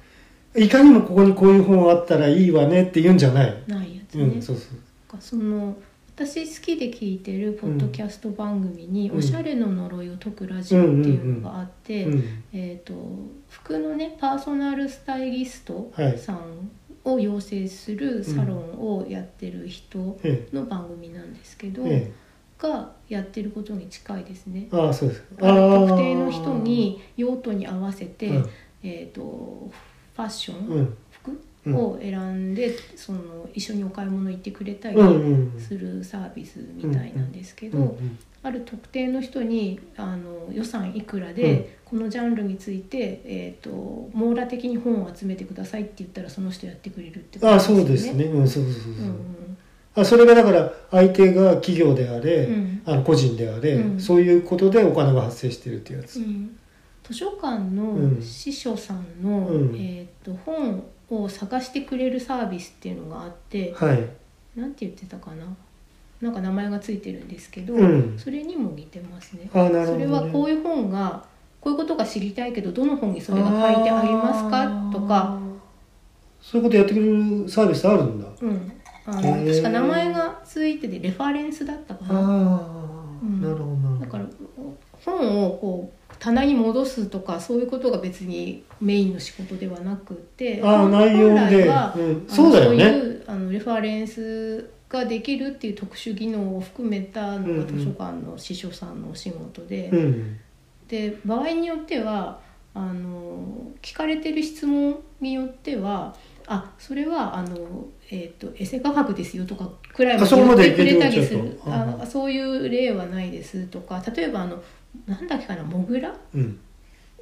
S1: いかにもここにこういう本あったらいいわねって言うんじゃない
S2: ないやつね、
S1: うんそうそう
S2: なんかその私好きで聞いてるポッドキャスト番組に「
S1: うん
S2: おしゃれの呪いを解くラジオ」っていうのがあって、
S1: うん
S2: えー、と服のねパーソナルスタイリスト
S1: はい
S2: さんを養成するサロンをやってる人
S1: え
S2: の番組なんですけ
S1: え
S2: ど、
S1: え
S2: がやってることに近いですね
S1: え。ああそうですあー
S2: 特定の人に用途に合わせて、
S1: うん
S2: えー、とファッション、
S1: うんうん
S2: 服を選んでその一緒にお買い物行ってくれたり
S1: うんうん
S2: するサービスみたいなんですけど、
S1: うんうん
S2: ある特定の人にあの予算いくらで、このジャンルについて、えー、と網羅的に本を集めてくださいって言ったらその人やってくれるってこと
S1: ああそうです。ねうんそうそうそうそう
S2: うん
S1: あそれがだから相手が企業であれ、
S2: うん
S1: あの個人であれ、
S2: うん
S1: そういうことでお金が発生してるっていうや
S2: う
S1: つ、
S2: ん、図書館
S1: うん
S2: の司書さんの、
S1: うん
S2: えー、と本を探してくれるサービスっていうのがあって、
S1: はい、
S2: なんて言ってたかななんか名前がついてるんですけど、
S1: うん
S2: それにも似てますね。
S1: ああなるほど、ね、
S2: それはこういう本がこういうことが知りたいけどどの本にそれが書いてありますかとか
S1: あ、ーそういうことやってくれるサービスあるんだ
S2: うん、あの
S1: へー
S2: 確か名前がついててレファレンスだったか
S1: ああ
S2: な
S1: ーなるほどなるほど
S2: だから本をこう棚に戻すとかそういうことが別にメインの仕事ではなくて
S1: ああ
S2: 本
S1: 内容
S2: 本来
S1: で、
S2: は
S1: うん、
S2: あの
S1: そうだよ
S2: そう
S1: ね
S2: いうあのレファレンスができるっていう特殊技能を含めたのが図書館の司書さんのお仕事で、
S1: うん
S2: で場合によってはあの聞かれてる質問によってはあそれはあの、えー、とエセ科学ですよとかくらい
S1: あそこま
S2: 言っ
S1: で
S2: てくれたりす
S1: いける
S2: る
S1: よちょっとうん
S2: あそういう例はないですとか例えばあのなんだっけかなモグラ
S1: うん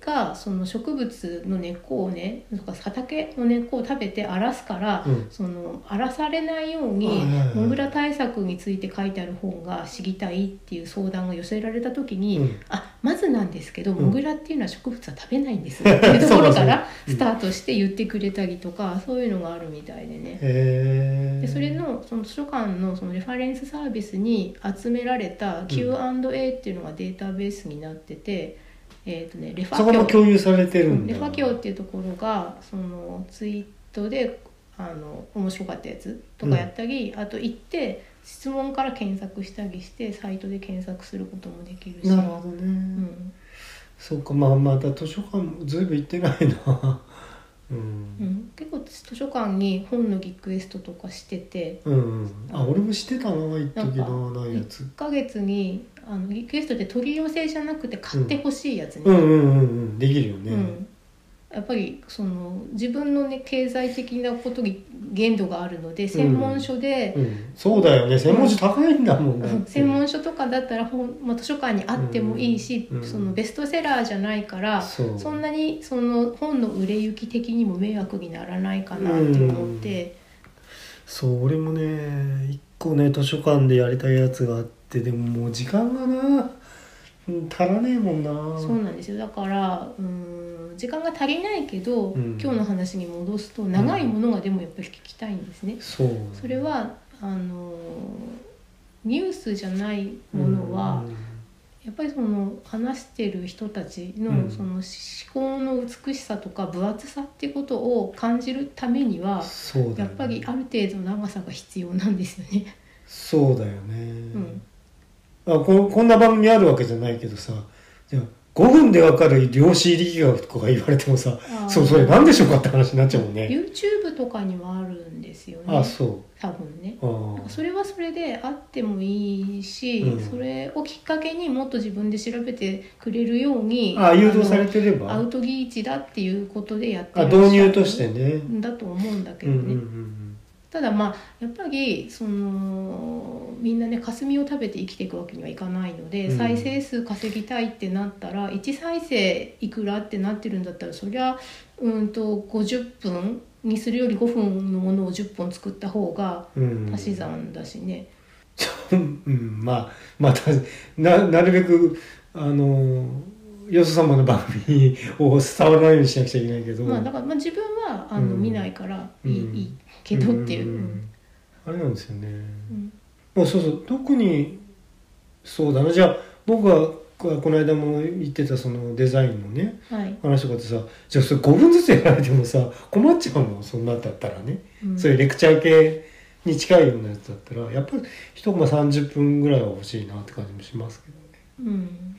S2: がその植物の根っこをねとか畑の根っこを食べて荒らすから、
S1: うん
S2: その荒らされないよう
S1: はい
S2: に
S1: はいはい
S2: モグラ対策について書いてある本が知りたいっていう相談が寄せられた時に、
S1: うん
S2: あまずなんですけど
S1: ん
S2: モグラっていうのは植物は食べないんです っていうところから
S1: そうそううん
S2: スタートして言ってくれたりとかそういうのがあるみたいでね。
S1: へえ
S2: でそれのその図書館のそのレファレンスサービスに集められた Q&A っていうのがデータベースになってて、えっ、とねレファ
S1: そこも共有されてるんだ
S2: レファ教っていうところがそのツイートであの面白かったやつとかやったり、あと行って質問から検索したりしてサイトで検索することもできるし
S1: なるほどね、
S2: うん
S1: そうかまあまた図書館もずいぶん行ってないなうう
S2: うんん、結構私図書館に本のリクエストとかしてて
S1: うんうんあ俺もしてたな一時なないやつ
S2: 1ヶ月にあのリクエストで取り寄せじゃなくて買ってほしいやつに、
S1: うんうんうんうんできるよね、
S2: うんやっぱりその自分のね経済的なことに限度があるので専門書で、
S1: うんそうだよね専門誌高いんだもんだって
S2: 専門書とかだったら本、まあ、図書館にあってもいいし、
S1: うん
S2: そのベストセラーじゃないから、
S1: そう
S2: そんなにその本の売れ行き的にも迷惑にならないかなって思って、
S1: そう俺もね一個ね図書館でやりたいやつがあってでももう時間がなうん足らねえもんな
S2: そうなんですよだからうん時間が足りないけど、
S1: うん
S2: 今日の話に戻すと長いものがでもやっぱり聞きたいんですね。
S1: そう
S2: それはあのニュースじゃないものは、やっぱりその話してる人たちの,、
S1: うん
S2: その思考の美しさとか分厚さっていうことを感じるために
S1: うん
S2: は
S1: そうだ
S2: や
S1: よ
S2: っ
S1: ね
S2: ぱりある程度長さが必要なんですよね。
S1: そうだよね、
S2: うん
S1: あここんな番組あるわけじゃないけどさじゃあ5分でわかる量子力学とか言われてもさ
S2: あ ー
S1: そうそれ何でしょうかって話になっちゃうもんね
S2: YouTube とかにもあるんですよね
S1: あそ
S2: 多分ね。
S1: うあ
S2: なんか
S1: ー
S2: それはそれであってもいいし、
S1: うん
S2: それをきっかけにもっと自分で調べてくれるように
S1: あ誘導され
S2: て
S1: てれ
S2: ア
S1: ば
S2: ウトギーチだっていうことでやって
S1: あ
S2: らっしゃる
S1: 導入としてね
S2: だと思うんだけ
S1: うん
S2: ど
S1: う
S2: ね、
S1: んうん
S2: ただまあやっぱりそのみんなね霞を食べて生きていくわけにはいかないので、
S1: うん
S2: 再生数稼ぎたいってなったら1再生いくらってなってるんだったらそりゃうんと50分にするより5分のものを10本作った方が
S1: うんうん
S2: 足し算だしね。
S1: うんうんまあまたななるべくあのよそ様の番組を伝わらないようにしなくちゃいけないけど、
S2: まあだから、まあ、自分はあの、
S1: うん
S2: 見ないからいい,、
S1: うん
S2: いいけどっていう。
S1: んんあれなんですよね、
S2: うん
S1: もうそうそう特にそうだなじゃあ僕がこの間も言ってたそのデザインのね
S2: うんはい
S1: 話とかってさじゃあそれ5分ずつやられてもさ困っちゃうのそんなんだったらね、
S2: うん
S1: そういうレクチャー系に近いようなやつだったらやっぱり一コマ30分ぐらいは欲しいなって感じもしますけどね。
S2: うん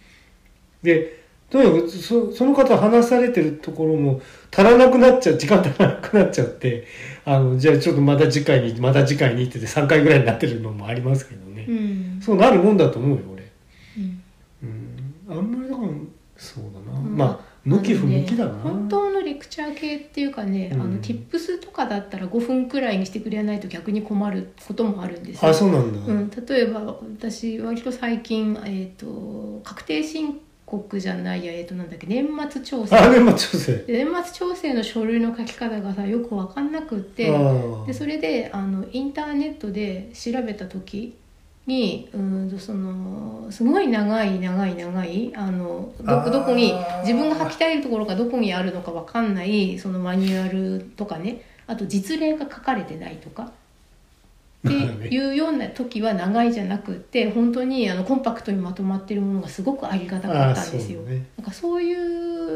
S1: でとにかくそその方話されてるところも足らなくなっちゃう時間足らなくなっちゃってあのじゃあちょっとまた次回にまた次回にってて3回ぐらいになってるのもありますけどね、
S2: うん
S1: そうなるもんだと思うよ俺、
S2: うん
S1: うん、あんまりだからそうだな、
S2: うん
S1: まあ向き不向きだな、
S2: あのね本当のレクチャー系っていうかね、
S1: うん
S2: あの tips とかだったら5分くらいにしてくれないと逆に困ることもあるんですよ
S1: あそうなんだ、
S2: うん、例えば私割と最近、えー、と確定申告じゃないや、えー、となんだっけ年末調
S1: あ
S2: 整
S1: れまあ調整
S2: で年末調整の書類の書き方がさよく分かんなくっ
S1: あ
S2: てでそれであのインターネットで調べた時にうーんとそのすごい長い長い長いあのど
S1: あー
S2: どこに自分が書きたいところがどこにあるのか分かんないそのマニュアルとかねあと実例が書かれてないとか。っていうような時は長いじゃなくて本当にあのコンパクトにまとまってるものがすごくありがたかったんですよ
S1: あ。そうね
S2: なんかそうい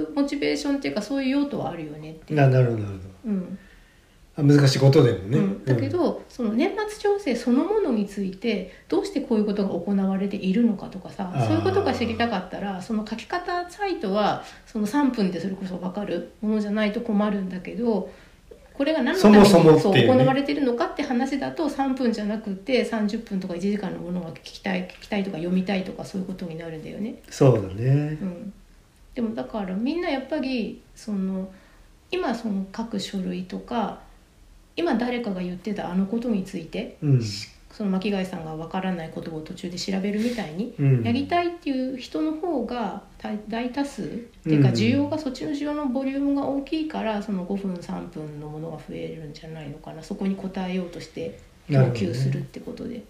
S2: うモチベーションっていうかそういう用途はあるよねって。
S1: ななるほどなる
S2: うん
S1: ほどあ難しいことでもね、
S2: うん、だけど、その年末調整そのものについてどうしてこういうことが行われているのかとかさ
S1: あー
S2: そういうことが知りたかったらその書き方サイトはその3分でそれこそ分かるものじゃないと困るんだけどこれが何のために
S1: そもそもっていうね
S2: そう行われているのかって話だと3分じゃなくて30分とか1時間のものが聞きたい聞きたいとか読みたいとかそういうことになるんだよね。
S1: そうだね
S2: うん、でもだからみんなやっぱりその今その書く書類とか今誰かが言ってたあのことについて
S1: うん
S2: その巻貝さんがわからないことを途中で調べるみたいに
S1: うん
S2: やりたいっていう人の方が大大多数っていうか
S1: うん
S2: 需要がそっちの需要のボリュームが大きいからその5分3分のものが増えるんじゃないのかなそこに応えようとして供給するってことで。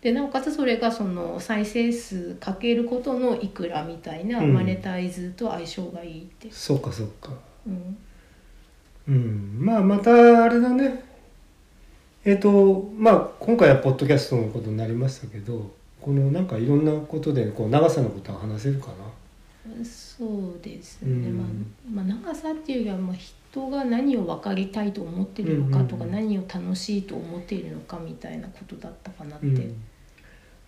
S2: でなおかつそれがその再生数かけることのいくらみたいな
S1: うん
S2: マネタイズと相性がいいって、
S1: そうかそうか
S2: うん
S1: うんまあまたあれだねえっ、とまあ今回はポッドキャストのことになりましたけどこのなんかいろんなことでこう長さのことは話せるかな
S2: そうですね、
S1: うん
S2: まあ、まあ長さっていうよりはまあ人が何を分かりたいと思ってるのかとか、
S1: うんうんうん
S2: 何を楽しいと思っているのかみたいなことだったかなって、
S1: うん、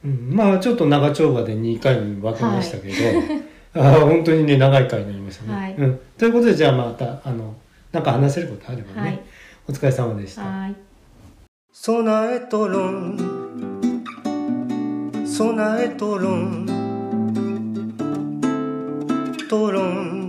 S1: うんまあちょっと長丁場で2回に分けました けど、ああ本当にね長い回になりましたね、
S2: はい
S1: うん、ということでじゃあまたあのなんか話せることあればね、
S2: はい
S1: お疲れ様でした。
S2: はい
S3: 備えとろん備えとろんとろん